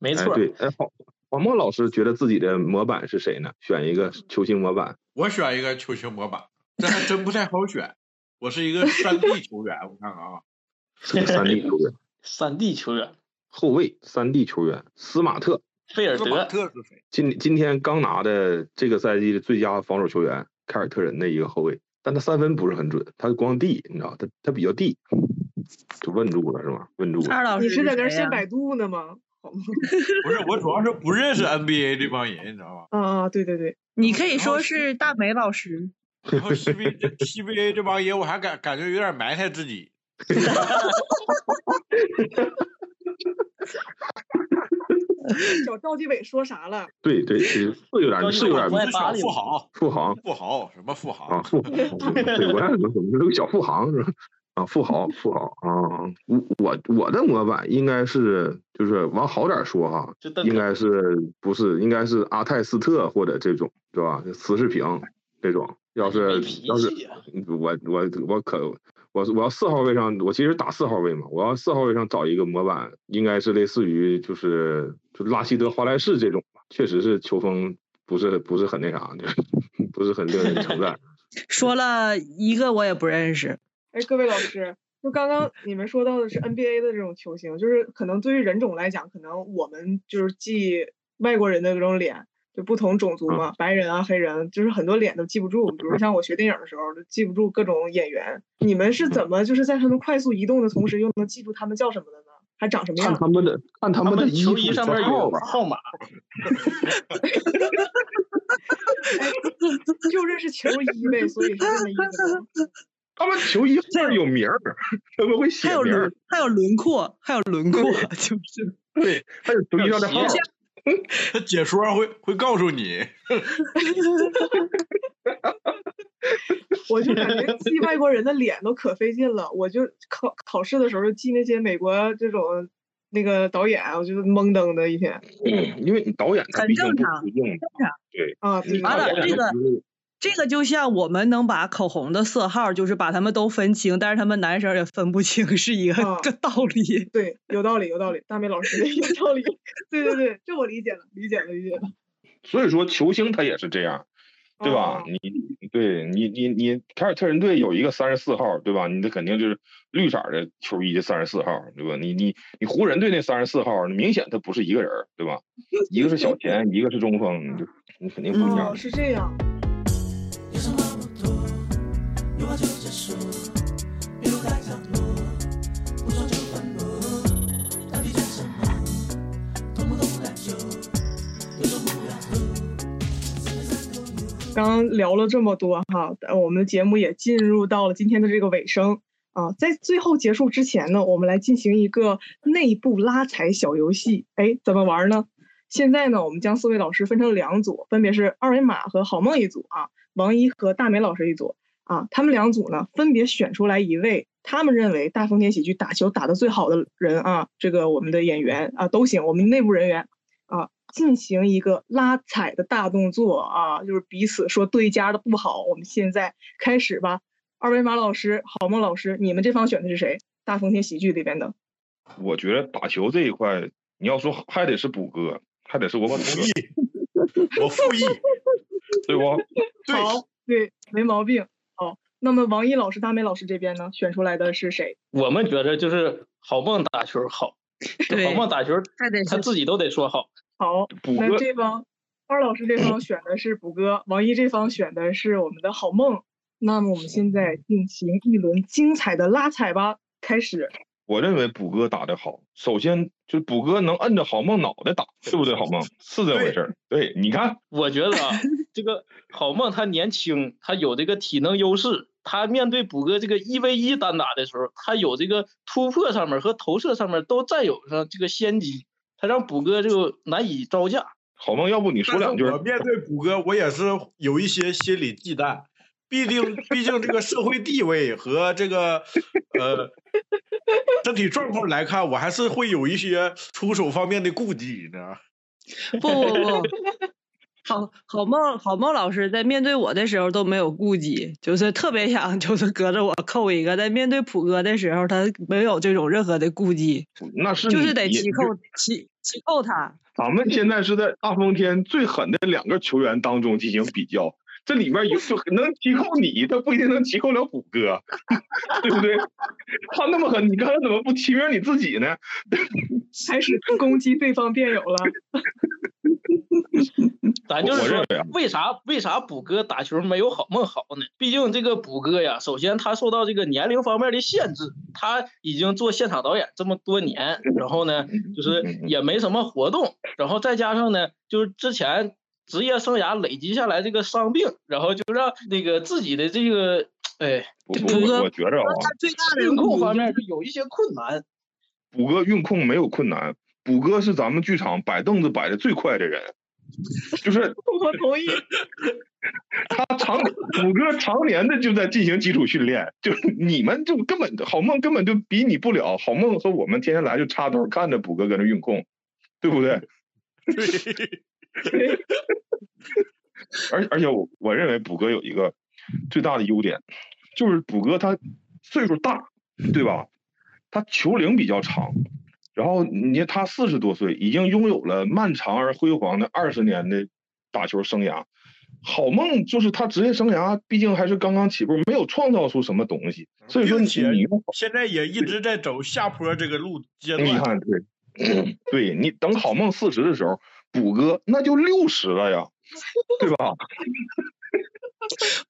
E: 没
D: 没
E: 错
D: 哎、
E: 儿，
D: 对，哎好，黄梦老师觉得自己的模板是谁呢？选一个球星模板。
C: 我选一个球星模板，这还真不太好选。我是一个山地球员，我看看 啊，
D: 是个三 D 球员，
E: 三 D 球员
D: 后卫，三 D 球员，斯马特，
E: 费尔
C: 斯马
E: 德，
C: 特是谁？
D: 今今天刚拿的这个赛季的最佳防守球员，凯尔特人的一个后卫，但他三分不是很准，他光地，你知道，他他比较地，就问住了是吧？问住了。
G: 二老师
F: 你是在那儿
G: 谁啊
F: 先
G: 呀
F: 百度呢吗？好吗？
C: 不是，我主要是不认识 NBA 这帮人，你知道吧？
D: 嗯
F: 啊，对对对，
G: 你
C: 然
G: 可
C: 后
G: 以说
C: 是
G: 是大美老师，
C: 然后 CBA 这 CBA 这帮人，我还感感觉有点埋汰自己。
F: 小赵继伟说啥了？
D: 对对对，是有点是有点
E: 我也
C: 小
E: 搭理
C: 富
E: 我
C: 豪，
D: 富豪
C: 富豪什么富豪？
D: 啊，富豪，对，我也怎么怎么是个小富航是吧？啊，富豪，富豪啊！我我我的模板应该是，就是往好点儿说哈、
E: 就邓
D: 应
E: 肯
D: 该是不是应该是阿泰斯特或者这种是吧？慈世平这种，要
E: 没
D: 是
E: 脾
D: 要是嗯
E: 气啊，
D: 我我我可我我要四号位上，我其实打四号位嘛，我要四号位上找一个模板，应该是类似于就是就拉希德华莱士这种吧，确实是球风不是不是很那啥，就是 不是很令人 称赞。
G: 说了一个我也不认识，
F: 哎，各位老师，就刚刚你们说到的是 NBA 的这种球星，就是可能对于人种来讲，可能我们就是记外国人的这种脸，就不同种族嘛，白人啊、黑人，就是很多脸都记不住。比如像我学电影的时候，就记不住各种演员。你们是怎么就是在他们快速移动的同时，又能记住他们叫什么的呢？还长什么
D: 看
F: 样？
D: 他们的看他
E: 他
D: 们的
E: 们
D: 衣
E: 球
D: 服
E: 衣上面
D: 穿号
E: 有
D: 吧，
E: 号码，
F: 就认识球衣呗，所以是这么意思吗？
D: 他们球衣上面有名儿， 他们会写
G: 还有
D: 名儿
G: 轮，，还有轮廓，还有轮廓， 就是
D: 对，还有球衣上的号
E: 还有
D: 儿
E: 鞋。
D: 嗯
C: 他解说会会告诉你，
F: 我就感觉记外国人的脸都可费劲了。我就考考试的时候就记那些美国这种那个导演，啊我就是懵登的一天
D: 嗯，因为导演他
G: 很
D: 毕竟
G: 正
D: 不
G: 常
D: 不用
F: 啊。对
G: 完了
D: 导演
G: 这个
D: 他不是
G: 这个就像我们能把口红的色号，就是把它们都分清，但是他们男生也分不清，是一
F: 啊
D: 嗯
G: 个个道理。
F: 对，有道理，有道理，大美老师的有道理。 对对对，这我理解了，理解了，理解了。
D: 所以说球星他也是这样，对吧？
F: 啊
G: 哦
D: 你对你你你凯尔特人队有一个三十四号，对吧？你这肯定就是绿色儿的球衣的三十四号，对吧？你你你湖人队那三十四号，明显他不是一个人儿，对吧？一个是小 前，一个是中锋，你就你肯定不一样
F: 哦，。是这样。
B: 别想那么多，有话就直说，别不太张罗，不装就反驳，到底在什么？懂不懂篮球？有种不要走，三天三头牛。
F: 刚刚聊了这么多哈，呃我们的节目也进入到了今天的这个尾声啊。在最后结束之前呢，我们来进行一个内部拉踩小游戏。哎，怎么玩呢？现在呢，我们将四位老师分成两组，分别是二维码和好梦一组啊，王一和大美老师一组啊。他们两组呢，分别选出来一位他们认为大丰田喜剧打球打得最好的人啊，这个我们的演员啊都行，我们内部人员啊，进行一个拉踩的大动作啊，就是彼此说对家的不好。我们现在开始吧，二维码老师、郝梦老师，你们这方选的是谁？大丰田喜剧里边的
D: 我觉得打球这一块，你要说还得是补哥，还得是我把补哥，
C: 我 复议。
D: 对不？
C: 对，
F: 好，对，没毛病。好，那么王一老师、大美老师这边呢，选出来的是谁？
E: 我们觉得就是郝梦打球好，就郝
G: 对
E: 梦打球
G: 还得
E: 他
G: 是
E: 自己都得说好，
F: 好，
D: 补
F: 那
D: 哥
F: 这方二老师这方选的是补哥，王一这方选的是我们的好梦。那么我们现在进行一轮精彩的拉踩吧，开始。
D: 我认为补哥打得好，首先就是补哥能摁着郝梦脑袋打，对不对？郝梦是这回事儿。对，你看，
E: 我觉得啊，这个郝梦他年轻，他有这个体能优势。他面对补哥这个一 v 一单打的时候，他有这个突破上面和投射上面都占有上这个先机，他让补哥就难以招架。
D: 郝梦，要不你说
C: 但是
D: 两句儿？
C: 我面对谷歌，我也是有一些心理忌惮，毕竟毕竟这个社会地位和这个呃身体状况来看，我还是会有一些出手方面的顾忌 呢。
G: 不不 不，郝郝梦郝梦老师在面对我的时候都没有顾忌，就是特别想就是隔着我扣一个，在面对普哥的时候他没有这种任何的顾忌，
D: 那是
G: 就
D: 你
G: 是得
D: 你
G: 急扣急急扣他。
D: 咱们现在是在大风天最狠的两个球员当中进行比较，这里面有就能击扣你，他不一定能击扣了虎哥， 对不对？他那么狠，你刚才怎么不提名你自己呢？
F: 开始攻击对方辩友了。
E: 咱
D: 我
E: 就是
D: 我认
E: 说
D: 为啊，
E: 为啥为啥补哥打球没有郝梦好呢？毕竟这个补哥呀，首先他受到这个年龄方面的限制，他已经做现场导演这么多
D: 嗯
E: 年，然后呢，就是也没什么活动，然后再加上呢，就是之前职业生涯累积下来这个伤病，然后就让那个自己的这个，哎，
D: 我
E: 这
D: 我
E: 补
D: 我
E: 个
D: 我觉着啊，
H: 他最大的
E: 运控方面是有一些困 难。
D: 补哥运控没有困难，补哥是咱们剧场摆凳子摆的最快的人，就是
F: 我同意，
D: 他常虎哥常年的就在进行基础训练，就是你们就根本好梦根本就比拟不了，好梦和我们天天来就插兜看着虎哥搁那运控，对不对？而而且我我认为补哥有一个最大的优点，就是补哥他岁数大，对吧？他球龄比较长，然后你看他四十多岁，已经拥有了漫长而辉煌的二十年的打球生涯。好梦就是他职业生涯，毕竟还是刚刚起步，没有创造出什么东西，所以说
C: 嗯并
D: 你
C: 且
D: 你用
C: 现在也一直在走下坡这个路阶
D: 你
C: 段。
D: 看，对， 对你等好梦四十的时候，补哥那就六十 了呀，对吧？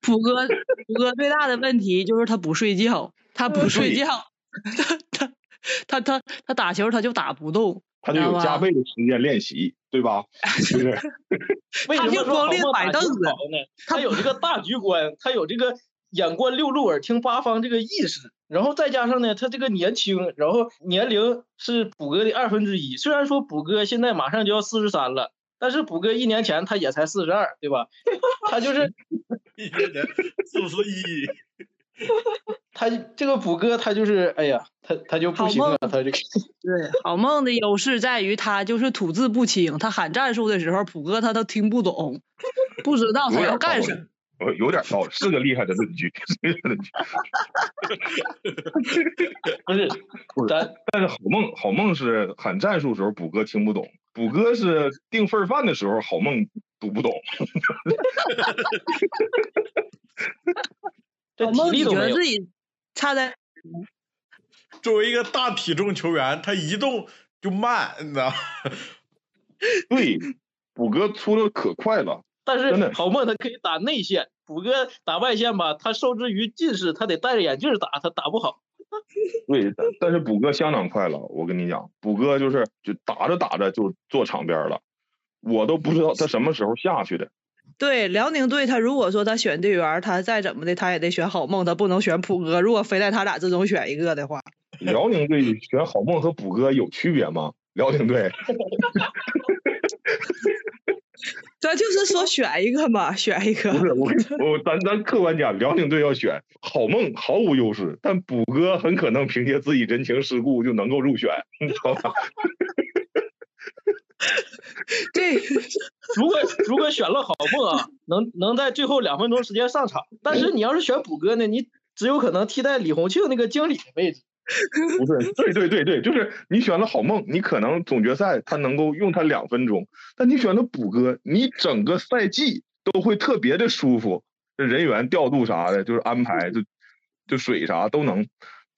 G: 普哥，普哥最大的问题就是他不睡觉，他不睡觉，他他他他他打球他就打不动，
D: 他就有
G: 啊
D: 加倍的时间练习，对 吧？就是
E: 为什
G: 他
E: 么
G: 就
E: 说好
G: 光练
E: 梦
G: 摆
E: 打球
G: 凳子
E: 好呢？他有这个大局观，他有这个眼观六路，耳听八方这个意识，然后再加上呢，他这个年轻，然后年龄是补哥的二分之一。虽然说补哥现在马上就要四十三了，但是补哥一年前他也才四十二，对吧？他就是
C: 一年前四十一，
E: 他这个补哥，他就是哎呀，他他就不行了，他这个
G: 对，郝梦的优势在于他就是吐字不清，他喊战术的时候，普哥他都听不懂，不知道
D: 有
G: 他
D: 点
G: 要
D: 道
G: 干
D: 理
G: 什么。
D: 呃有点道理，是个厉害的论据， 是个厉害的论据。
E: 不是咱
D: 但是好梦好梦是喊战术的时候，补哥听不懂；补哥是定份儿饭的时候，好梦读不懂。
E: 这
G: 郝
E: 体
G: 梦，
E: 力
G: 你
E: 都
G: 觉
E: 没
G: 得
E: 有
G: 自。己差在
C: 作为一个大体重球员，他移动就慢，你知道吗？
D: 对，补哥出的可快了，
E: 但
D: 真
E: 是
D: 的
E: 郝梦他可以打内线，补哥打外线吧，他受制于近视，他得戴着眼镜打，他打不好。
D: 对，但但是补哥相当快了，我跟你讲，补哥就是就打着打着就坐场边儿了，我都不知道他什么时候下去的。
G: 对辽宁队，他如果说他选队员儿，他再怎么的，他也得选郝梦，他不能选普哥。如果非在他俩之中选一个的话，
D: 辽宁队选好梦和补哥有区别吗？辽宁队
G: 咱就是 说选一个嘛，选一 个
D: 不。是我跟，我咱咱客观讲，辽宁队要选好梦毫无优势，但补哥很可能凭借自己人情世故就能够入 选，你知道吧？
G: 这
E: 如 果如果选了好梦啊，能能在最后两分钟时间上场。但是你要是选补哥呢，你只有可能替代李洪庆那个经理的位置。
D: 不是，对对对对，就是你选了好梦，你可能总决赛他能够用他两分钟，但你选了补哥，你整个赛季都会特别的舒服，这人员调度啥的，就是安排就就水啥都能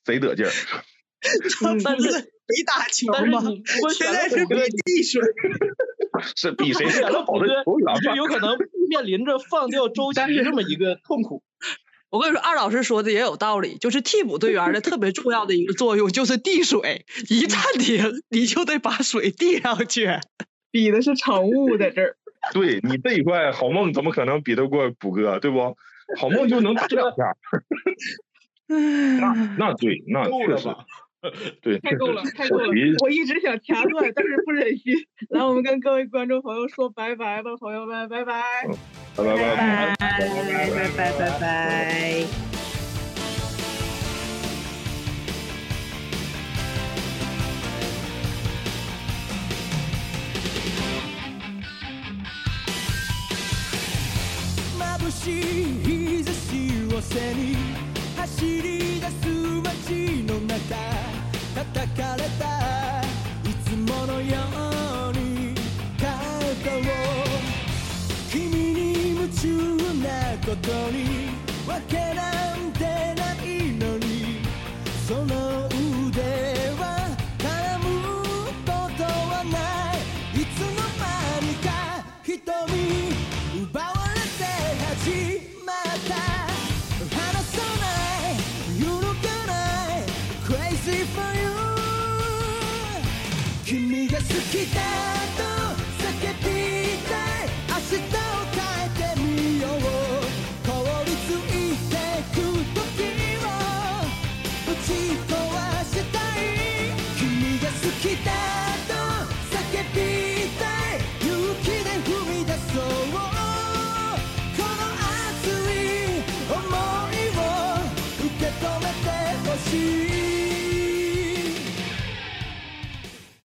D: 贼得劲 儿。
G: 他
E: 但
G: 不
E: 是
G: 是没打球
E: 但是
G: 吗？
E: 你如果选
G: 现
E: 了
G: 在是
E: 补
G: 比
E: 哥，
G: 技术，
D: 是比 谁
E: 选了
D: 好
E: 补
D: 的
E: 哥，
D: 球员
E: 你就
D: 吧
E: 有可能面临着放掉周琦这么一个痛苦。
G: 我跟你说，二老师说的也有道理，就是替补队员儿的特别重要的一个作用就是递水，一暂停你就得把水递上去。
F: 比的是场 务在这儿。
D: 对你这一块，好梦怎么可能比得过补哥，对不？好梦就能打两下，那那对，那
C: 够
D: 确
C: 了
D: 实
C: 吧？
D: 对，
F: 太 够了，
D: 确
F: 太
D: 实
F: 够了
D: 我提！
F: 我一直想掐 断，但是不忍心。来，我们跟各位观众朋友说拜拜吧，朋友们，拜拜。
D: 拜拜拜拜。
G: 拜拜拜拜拜。
B: 眩しい日差しを背に走り出す街の中戦